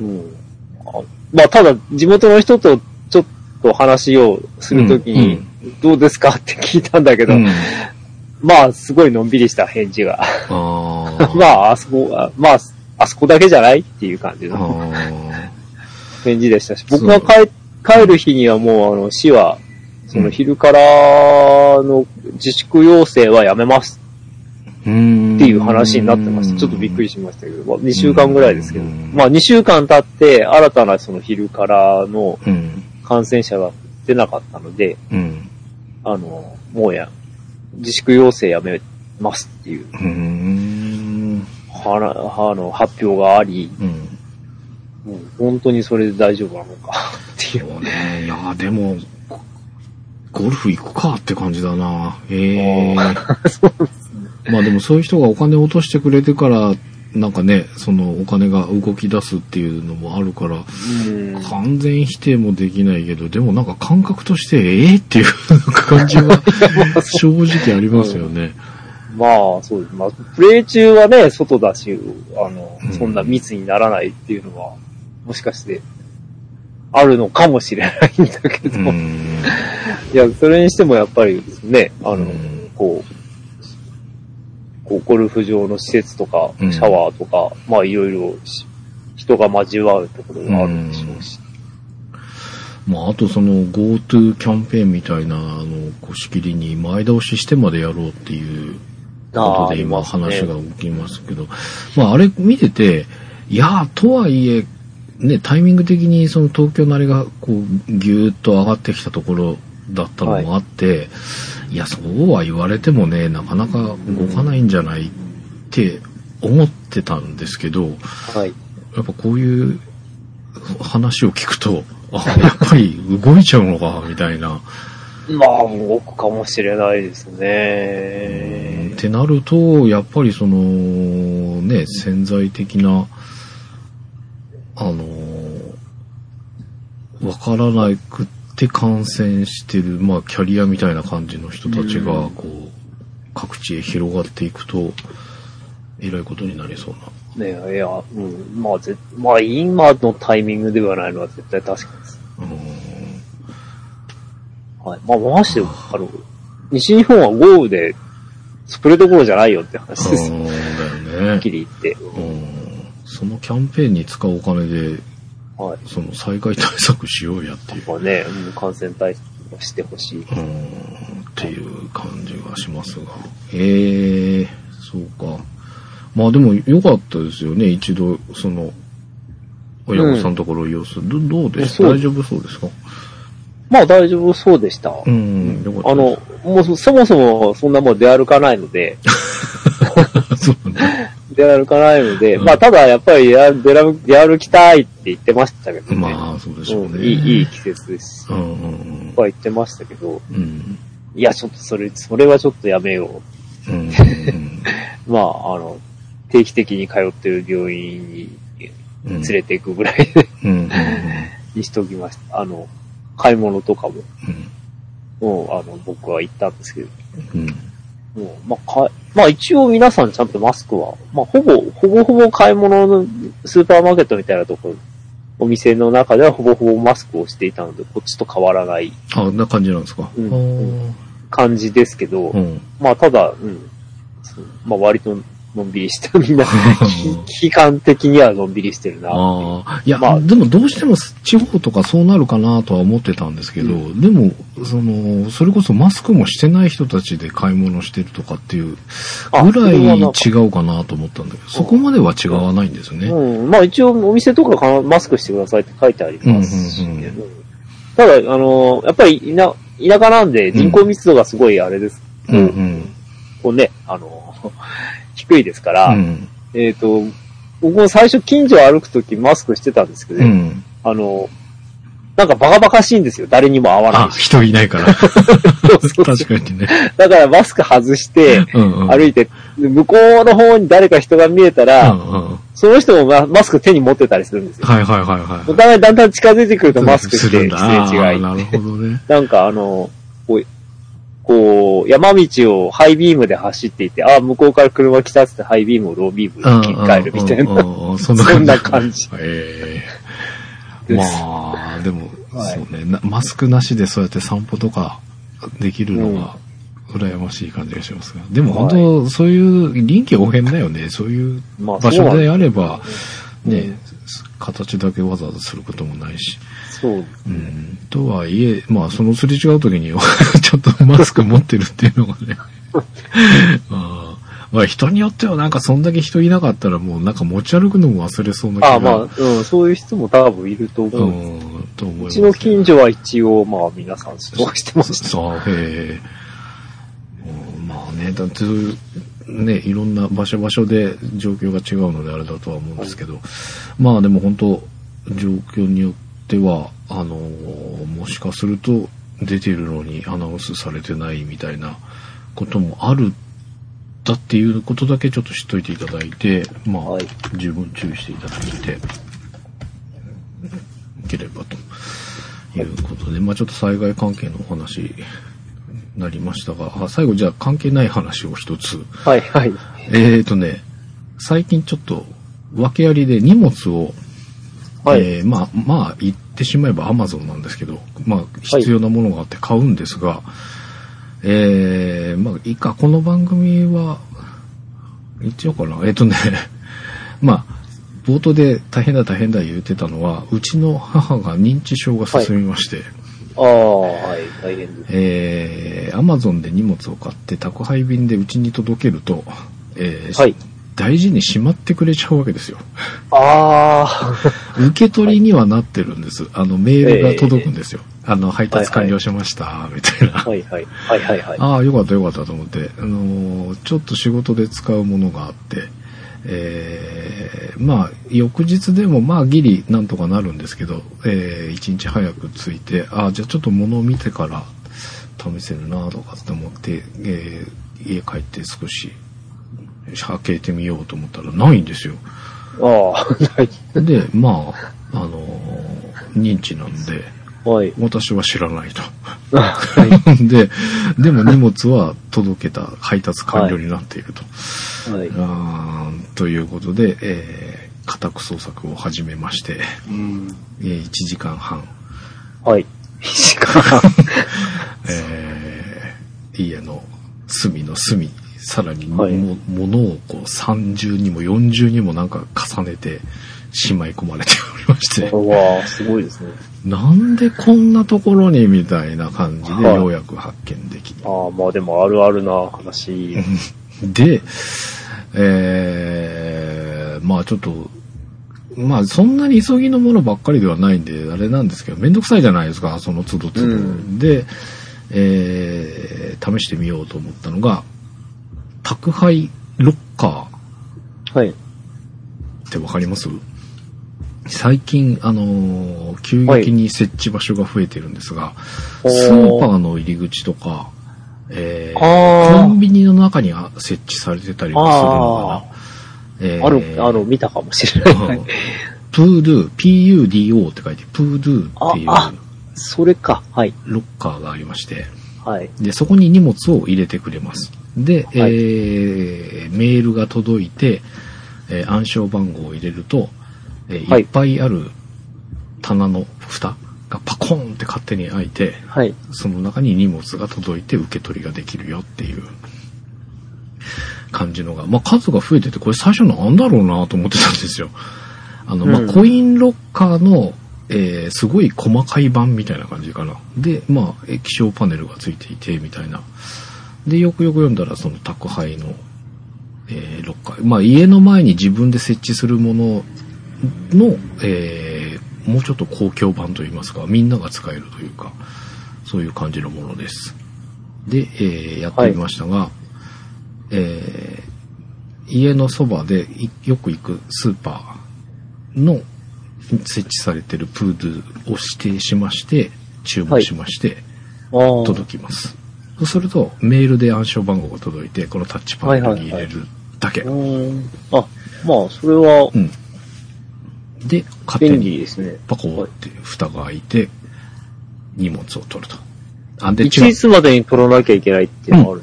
[SPEAKER 2] うん
[SPEAKER 3] うん。あまあ、ただ、地元の人とちょっと話をするときに、どうですかって聞いたんだけ
[SPEAKER 2] う
[SPEAKER 3] ど、
[SPEAKER 2] ん。うん
[SPEAKER 3] まあ、すごいのんびりした返事が。
[SPEAKER 2] あー
[SPEAKER 3] まあ、あそこは、まあ、あそこだけじゃないっていう感じの
[SPEAKER 2] あー
[SPEAKER 3] 返事でしたし、僕が帰帰る日にはもう、あの、市は、そその昼からの自粛要請はやめます
[SPEAKER 2] うん
[SPEAKER 3] っていう話になってました。ちょっとびっくりしましたけど、まあ、2週間ぐらいですけど。
[SPEAKER 2] うん
[SPEAKER 3] まあ2週間経って新たなその昼からの
[SPEAKER 2] うん。
[SPEAKER 3] 感染者が出なかったので、
[SPEAKER 2] うん。
[SPEAKER 3] あの、もうや、自粛要請やめますっていう
[SPEAKER 2] うん。
[SPEAKER 3] はなあの発表があり、
[SPEAKER 2] うん。
[SPEAKER 3] もう本当にそれで大丈夫なのかっていう。
[SPEAKER 2] そうね。いや、でも、ゴルフ行くかって感じだな。ええまあでもそういう人がお金を落としてくれてから、なんかね、そのお金が動き出すっていうのもあるから、
[SPEAKER 3] うん
[SPEAKER 2] 完全否定もできないけど、でもなんか感覚として、ええっていうなんか感じは正直ありますよね。
[SPEAKER 3] まあ、そうです。まあ、プレイ中はね、外だし、あの
[SPEAKER 2] うん、
[SPEAKER 3] そんな密にならないっていうのは、もしかして、あるのかもしれないんだけ
[SPEAKER 2] う
[SPEAKER 3] ど、い
[SPEAKER 2] ん。
[SPEAKER 3] や、それにしてもやっぱりね、あの、
[SPEAKER 2] うん
[SPEAKER 3] こう、こう、ゴルフ場の施設とか、シ
[SPEAKER 2] うん
[SPEAKER 3] ャワーとか、まあ、いろいろし、人が交わるところがあるんでしょうし。
[SPEAKER 2] まああとその GoTo キャンペーンみたいなのをこうしきりに前倒ししてまでやろうっていうことで今話が
[SPEAKER 3] あ
[SPEAKER 2] 起きますけど、まああれ見てて、いやー、とはいえ、ね、タイミング的にその東京のあれがこうぎゅーっと上がってきたところだったのもあって、い、や、そうは言われてもね、なかなか動かないんじゃないって思ってたんですけど、
[SPEAKER 3] りますねはい。
[SPEAKER 2] やっぱこういう話を聞くと、あ、やっぱり動いちゃうのか、みたいな。
[SPEAKER 3] まあ、動くかもしれないです
[SPEAKER 2] っ
[SPEAKER 3] ね。
[SPEAKER 2] てなると、やっぱりその、ね、潜在的な、あの、わからなくって感染してる、まあ、キャリアみたいな感じの人たち
[SPEAKER 3] う
[SPEAKER 2] が
[SPEAKER 3] ん、
[SPEAKER 2] こう、各地へ広がっていくと、えらいことになりそうな。
[SPEAKER 3] ねいや、うん、まあ、ぜまあ、今のタイミングではないのは絶対確かです。
[SPEAKER 2] う
[SPEAKER 3] はい。まあ、まして、あの、西日本は豪雨で、それどころじゃないよって話です。は
[SPEAKER 2] ん。だよ
[SPEAKER 3] っき
[SPEAKER 2] ね。
[SPEAKER 3] り言って。
[SPEAKER 2] うん。そのキャンペーンに使うお金で、
[SPEAKER 3] はい。
[SPEAKER 2] その災害対策しようやっていう。
[SPEAKER 3] まあね、うん感染対策をしてほしい。
[SPEAKER 2] うーんっていう感じがしますが。ええそうか。まあでも良かったですよね、一度、その、親御さんのところを様子、どどうでした
[SPEAKER 3] そう
[SPEAKER 2] 大丈夫そうですか
[SPEAKER 3] まあ、大丈夫そうでした。
[SPEAKER 2] うん、よかった
[SPEAKER 3] あの、もうそそもそもそんなもん出歩かない ので、
[SPEAKER 2] です、そうね。
[SPEAKER 3] 出歩かないので、
[SPEAKER 2] うん
[SPEAKER 3] まあ、ただやっぱりや出歩出歩きたいって言ってましたけどね。
[SPEAKER 2] まあ、そうでしょう
[SPEAKER 3] うん
[SPEAKER 2] ね。
[SPEAKER 3] いい、いい季節ですし
[SPEAKER 2] う、んうん
[SPEAKER 3] は言ってましたけど、
[SPEAKER 2] うん。うん。
[SPEAKER 3] いや、ちょっとそれ、それはちょっとやめよ
[SPEAKER 2] うんうん
[SPEAKER 3] う。まあ、あの、定期的に通ってる病院に
[SPEAKER 2] うん。
[SPEAKER 3] 連れて行くぐらい で
[SPEAKER 2] うんうんうん
[SPEAKER 3] にしときました。あの、買い物とかも、もう、あの、僕は行ったんですけど、
[SPEAKER 2] うんうん
[SPEAKER 3] もう、まあ、かいまあ一応皆さんちゃんとマスクは、まあほぼ、ほぼほぼ買い物のスーパーマーケットみたいなところ、お店の中ではほぼほぼマスクをしていたので、こっちと変わらない
[SPEAKER 2] あ、こんな感じなんですか。
[SPEAKER 3] うん
[SPEAKER 2] あー
[SPEAKER 3] 感じですけど、
[SPEAKER 2] うん。
[SPEAKER 3] まあ、ただ、うん。そうまあ、割とのんびりしてる、 みんな、き期間的にはのんびりしてるな。
[SPEAKER 2] ああ、いや、
[SPEAKER 3] まあ
[SPEAKER 2] でもどうしても地方とかそうなるかなとは思ってたんですけど、
[SPEAKER 3] う
[SPEAKER 2] でも、その、それこそマスクもしてない人たちで買い物してるとかっていう
[SPEAKER 3] あ
[SPEAKER 2] ぐらい
[SPEAKER 3] それはなんか
[SPEAKER 2] 違うかなと思ったんだけど、そこまでは違わないんですね。
[SPEAKER 3] うん。まあ、一応、お店とかかマスクしてくださいって書いてありますし、
[SPEAKER 2] うんうんうん
[SPEAKER 3] うんただ、あの、やっぱり、田、田舎なんで人口密度がすごいあれです。
[SPEAKER 2] うんうん。
[SPEAKER 3] こうね、あの、 低いですか
[SPEAKER 2] う
[SPEAKER 3] ら、
[SPEAKER 2] ん。
[SPEAKER 3] えっ、と、僕も最初近所歩くときマスクしてたんですけど、
[SPEAKER 2] うん。
[SPEAKER 3] あの、なんかバカバカしいんですよ。誰にも会わな
[SPEAKER 2] あ
[SPEAKER 3] い、し。
[SPEAKER 2] 人いないから。
[SPEAKER 3] そうそう
[SPEAKER 2] 確かにね。
[SPEAKER 3] だからマスク外して、
[SPEAKER 2] うんうん。
[SPEAKER 3] 歩いて、向こうの方に誰か人が見えたら、
[SPEAKER 2] うんうん。は
[SPEAKER 3] その人もママスク手に持ってたりするんです
[SPEAKER 2] い
[SPEAKER 3] よ。
[SPEAKER 2] はいはいはい。
[SPEAKER 3] お互いだんだん近づいてくるとマスクし
[SPEAKER 2] す
[SPEAKER 3] て、
[SPEAKER 2] るん
[SPEAKER 3] す
[SPEAKER 2] だ
[SPEAKER 3] れ違
[SPEAKER 2] あー
[SPEAKER 3] い。
[SPEAKER 2] なるほどね。
[SPEAKER 3] なんかあの、こう、こう山道をハイビームで走っていて、ああ、向こうから車来たっつってハイビームをロービーム
[SPEAKER 2] うんうん
[SPEAKER 3] に切り替えるみたいな。
[SPEAKER 2] うんうんそんな
[SPEAKER 3] そ
[SPEAKER 2] 感
[SPEAKER 3] ん
[SPEAKER 2] じ
[SPEAKER 3] な。感じ
[SPEAKER 2] ええ
[SPEAKER 3] です
[SPEAKER 2] まあ、でも、
[SPEAKER 3] はい
[SPEAKER 2] そうねな、マスクなしでそうやって散歩とかできるのが、羨ましい感じがしますが。でも本当、そういう臨機応変だよね。そういう
[SPEAKER 3] まあ、
[SPEAKER 2] 場
[SPEAKER 3] そう
[SPEAKER 2] 所
[SPEAKER 3] なん
[SPEAKER 2] であれば、
[SPEAKER 3] うん
[SPEAKER 2] ね、形だけわざわざすることもないし。
[SPEAKER 3] そう。
[SPEAKER 2] うんとはいえ、まあ、そのすれ違う時に、 ちょっとマスク持ってるっていうのが ね。あーまあ、人によってはなんかそんだけ人いなかったらもうなんか持ち歩くのも忘れそうな気が
[SPEAKER 3] ああまあ、うん、そういう人も多分いると思
[SPEAKER 2] う
[SPEAKER 3] う。
[SPEAKER 2] ん、と思いま
[SPEAKER 3] う
[SPEAKER 2] す
[SPEAKER 3] ちの近所は一応、まあ皆さんそうしてま
[SPEAKER 2] そ
[SPEAKER 3] した。
[SPEAKER 2] そう、へえ。うんまあね、だって、ね、いろんな場所場所で状況が違うのであれだとは思うんですけど、まあでも本当、状況によっては、あの、もしかすると出てるのにアナウンスされてないみたいなこともあるだっていうことだけちょっと知っといていただいて、まあ、
[SPEAKER 3] はい
[SPEAKER 2] 十分注意していただいて、いければということで、まあちょっと災害関係のお話になりましたが、あ最後じゃあ関係ない話を一つ。
[SPEAKER 3] はい、はい。
[SPEAKER 2] えーとね、最近ちょっと訳ありで荷物を、
[SPEAKER 3] はい。
[SPEAKER 2] えーまあ、まあ言ってしまえば Amazon なんですけど、まあ必要なものがあって買うんですが、えーまあいいか、この番組は、一応かな、えっ、とね、 まあ、冒頭で大変だ大変だ言ってたのは、うちの母が認知症が進みまして、
[SPEAKER 3] ああ、はい、大変です。
[SPEAKER 2] えー、Amazon で荷物を買って宅配便でうちに届けると、えー
[SPEAKER 3] はい。
[SPEAKER 2] 大事にしまってくれちゃうわけですよ。
[SPEAKER 3] あ
[SPEAKER 2] 受け取りにはなってるんです。あの、メールが届くんですよ。あの、配達完了しました、みたいな
[SPEAKER 3] あ、。 はい、はい。はい、はい、はい。
[SPEAKER 2] ああ、よかったよかったと思って、あのーちょっと仕事で使うものがあって、えーまあ、翌日でもまあギリなんとかなるんですけど、えー一日早く着いて、ああ、じゃあちょっと物を見てから試せるなとかって思って、えー家帰って少し、開けてみようと思ったらないんですよ。
[SPEAKER 3] ああ、はい。
[SPEAKER 2] で、まあ、あのー認知なんで、
[SPEAKER 3] はい。
[SPEAKER 2] 私は知らないと。
[SPEAKER 3] はい。
[SPEAKER 2] で、でも荷物は届けた、配達完了になっていると。
[SPEAKER 3] はい。
[SPEAKER 2] あーということで、えー、家宅捜索を始めまして、
[SPEAKER 3] うん。
[SPEAKER 2] えー1時間半、
[SPEAKER 3] はい。
[SPEAKER 2] えー家の隅の隅、さらにも、
[SPEAKER 3] はい
[SPEAKER 2] も物をこう30にも40にもなんか重ねて、しまい込まれておりまして、
[SPEAKER 3] うわあ、すごいですね。
[SPEAKER 2] なんでこんなところにみたいな感じで
[SPEAKER 3] はい
[SPEAKER 2] ようやく発見でき、
[SPEAKER 3] ああ、まあでもあるあるな話。
[SPEAKER 2] で、えー、まあちょっと、まあそんなに急ぎのものばっかりではないんで、あれなんですけど、めんどくさいじゃないですか、その都度都度。
[SPEAKER 3] うん
[SPEAKER 2] で、えー、試してみようと思ったのが、宅配ロッカ
[SPEAKER 3] はい。
[SPEAKER 2] ーってわかります最近、あのー急激に設置場所が増えてるんですが、
[SPEAKER 3] おー
[SPEAKER 2] スーパーの入り口とか、えー
[SPEAKER 3] あ
[SPEAKER 2] コンビニの中には設置されてたりもするのかな。え
[SPEAKER 3] あ、ある、あの、見たかもしれない。はい
[SPEAKER 2] プードゥ、PUDO って書いて、プードゥっていう
[SPEAKER 3] ああそれか。はい。
[SPEAKER 2] ロッカーがありまして、
[SPEAKER 3] はい。
[SPEAKER 2] で、そこに荷物を入れてくれます。で、え
[SPEAKER 3] はい
[SPEAKER 2] ーメールが届いて、えー暗証番号を入れると、えー
[SPEAKER 3] はい
[SPEAKER 2] いっぱいある棚の蓋がパコーンって勝手に開いて、
[SPEAKER 3] はい。
[SPEAKER 2] その中に荷物が届いて受け取りができるよっていう感じのが、まあ、数が増えてて、これ最初なんだろうなと思ってたんですよ。あの、まあ
[SPEAKER 3] うん
[SPEAKER 2] コインロッカーの、えーすごい細かい版みたいな感じかな。で、まあ、液晶パネルがついていて、みたいな。で、よくよく読んだら、その宅配の、えーロッカー。まあ、家の前に自分で設置するものの、えーもうちょっと公共版といいますか、みんなが使えるというか、そういう感じのものです。で、えーやってみましたが、えー家のそばでいよく行くスーパーの設置されてるプードゥを指定しまして、注文しまして、
[SPEAKER 3] ああ。
[SPEAKER 2] 届きます。そうすると、メールで暗証番号が届いて、このタッチパネルに入れるだけ。
[SPEAKER 3] うーん。あ、まあ、それは
[SPEAKER 2] うん。で、勝手
[SPEAKER 3] 便
[SPEAKER 2] に
[SPEAKER 3] 利ですね。
[SPEAKER 2] パコって蓋が開いて、荷物を取ると。あ、で、
[SPEAKER 3] 一
[SPEAKER 2] 違う。
[SPEAKER 3] 日までに取らなきゃいけないっていうのがある。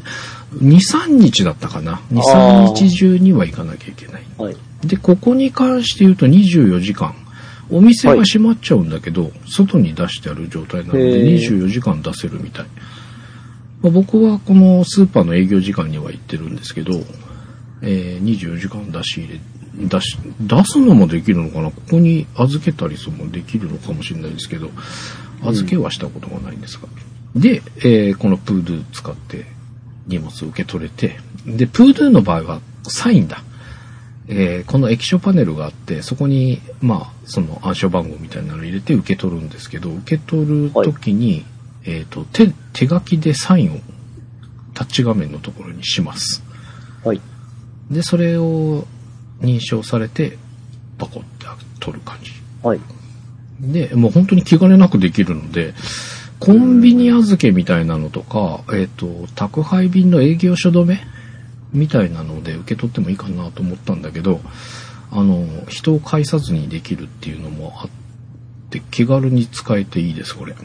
[SPEAKER 2] 2、3日だったかな。2、
[SPEAKER 3] あ
[SPEAKER 2] 3
[SPEAKER 3] ー
[SPEAKER 2] 日中には行かなきゃいけない。
[SPEAKER 3] はい。
[SPEAKER 2] で、ここに関して言うと24時間。お店が閉まっちゃうんだけど、外に出してある状態なので
[SPEAKER 3] へー
[SPEAKER 2] 24時間出せるみたい。まあ僕はこのスーパーの営業時間には行ってるんですけど、えー24時間出し入れ出し、出すのもできるのかなここに預けたりするのもできるのかもしれないですけど、預けはしたことがないんですが。で、えーこのプードゥ使って荷物を受け取れて、で、プードゥの場合はサインだ。えーこの液晶パネルがあって、そこに、まあ、その暗証番号みたいなのを入れて受け取るんですけど、受け取る時に、えっ、と、手、手書きでサインをタッチ画面のところにします。
[SPEAKER 3] はい。
[SPEAKER 2] で、それを認証されて、パコって取る感じ。
[SPEAKER 3] はい。
[SPEAKER 2] で、もう本当に気兼ねなくできるので、コンビニ預けみたいなのとか、えっ、と、宅配便の営業所止めみたいなので受け取ってもいいかなと思ったんだけど、あの、人を介さずにできるっていうのもあって、気軽に使えていいです、これ。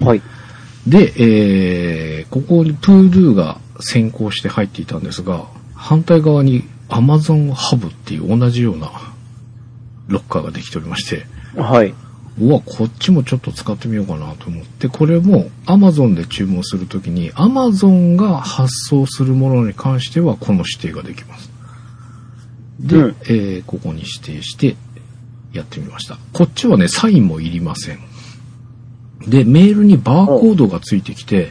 [SPEAKER 3] はい。
[SPEAKER 2] で、えー、ここにプードゥが先行して入っていたんですが、反対側に Amazon Hub っていう同じようなロッカーができておりまして、
[SPEAKER 3] はい。
[SPEAKER 2] うわ、こっちもちょっと使ってみようかなと思って、これも Amazon で注文するときに、Amazon が発送するものに関しては、この指定ができます。で、
[SPEAKER 3] うん
[SPEAKER 2] えーここに指定して、やってみました。こっちはね、サインもいりません。で、メールにバーコードがついてきて、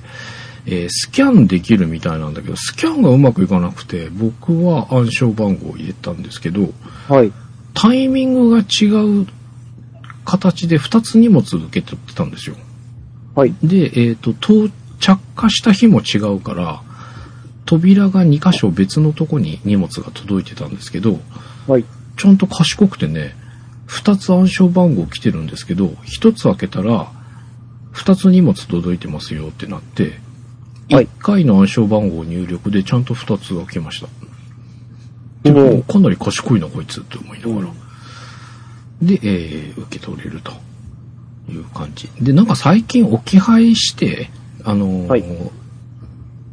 [SPEAKER 2] えースキャンできるみたいなんだけど、スキャンがうまくいかなくて、僕は暗証番号を入れたんですけど、
[SPEAKER 3] はい。
[SPEAKER 2] タイミングが違う形で2つ荷物を受け取ってたんですよ。
[SPEAKER 3] はい。
[SPEAKER 2] で、えっ、と、到着化した日も違うから、扉が2箇所別のとこに荷物が届いてたんですけど、
[SPEAKER 3] はい。
[SPEAKER 2] ちゃんと賢くてね、2つ暗証番号来てるんですけど、1つ開けたら、2つ荷物届いてますよってなって、
[SPEAKER 3] はい
[SPEAKER 2] 1。回の暗証番号入力でちゃんと2つ開けました。
[SPEAKER 3] もう、
[SPEAKER 2] かなり賢いな、こいつって思いながら。で、えー、受け取れるという感じ。で、なんか最近置き配して、あのー
[SPEAKER 3] はい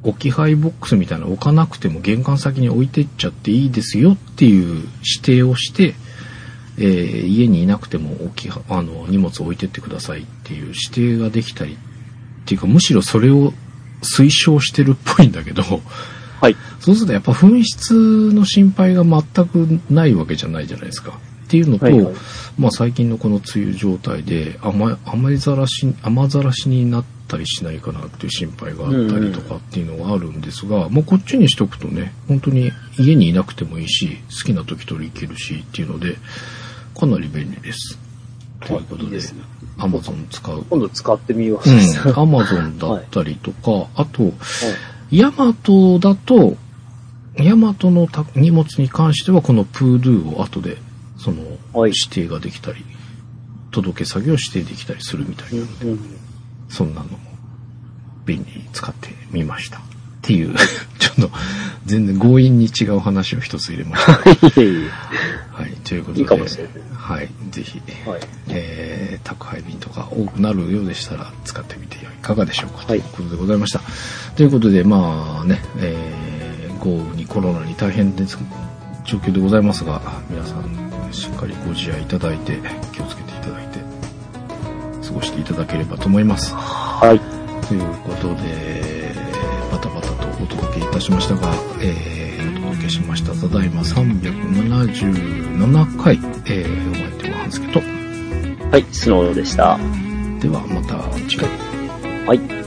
[SPEAKER 2] 置き配ボックスみたいなの置かなくても玄関先に置いてっちゃっていいですよっていう指定をして、えー家にいなくても置きは、あの、荷物置いてってくださいっていう指定ができたり、っていうかむしろそれを推奨してるっぽいんだけど、
[SPEAKER 3] はい。
[SPEAKER 2] そうするとやっぱ紛失の心配が全くないわけじゃないじゃないですか。っていうのと、
[SPEAKER 3] はいはい
[SPEAKER 2] まあ最近のこの梅雨状態で甘雨ざらし、雨ざらしになったりしないかなっていう心配があったりとかっていうのがあるんですが、もうこっちにしとくとね、本当に家にいなくてもいいし、好きな時取り行けるしっていうので、かなり便利です。ということ
[SPEAKER 3] いい
[SPEAKER 2] で、
[SPEAKER 3] ですね
[SPEAKER 2] Amazon 使 う。
[SPEAKER 3] 今度使ってみよう。
[SPEAKER 2] うん、Amazon だったりとか、あと、
[SPEAKER 3] はい
[SPEAKER 2] ヤマトだと、ヤマトのた荷物に関しては、このプードゥを後で、その、
[SPEAKER 3] はい
[SPEAKER 2] 指定ができたり、届け作業指定できたりするみ たいな、そんなのも、便利に使ってみました。っていう、 ちょっと、全然強引に違う話を一つ入れました。
[SPEAKER 3] いえい
[SPEAKER 2] はい、ということで。
[SPEAKER 3] え。いいかもしれない。
[SPEAKER 2] はい、ぜひ、
[SPEAKER 3] はい。
[SPEAKER 2] えー宅配便とか多くなるようでしたら使ってみてはいかがでしょうかと
[SPEAKER 3] はいいう
[SPEAKER 2] ことでございました。ということで、まあね、えー豪雨にコロナに大変です状況でございますが、皆さんしっかりご自愛いただいて、気をつけていただいて、過ごしていただければと思います。
[SPEAKER 3] はい。
[SPEAKER 2] ということで、バタバタとお届けいたしましたが、えー、お届けしました。ただいま377回、えー、お相手は半助と、
[SPEAKER 3] はい。スノーでした。
[SPEAKER 2] ではまた次回。
[SPEAKER 3] はい。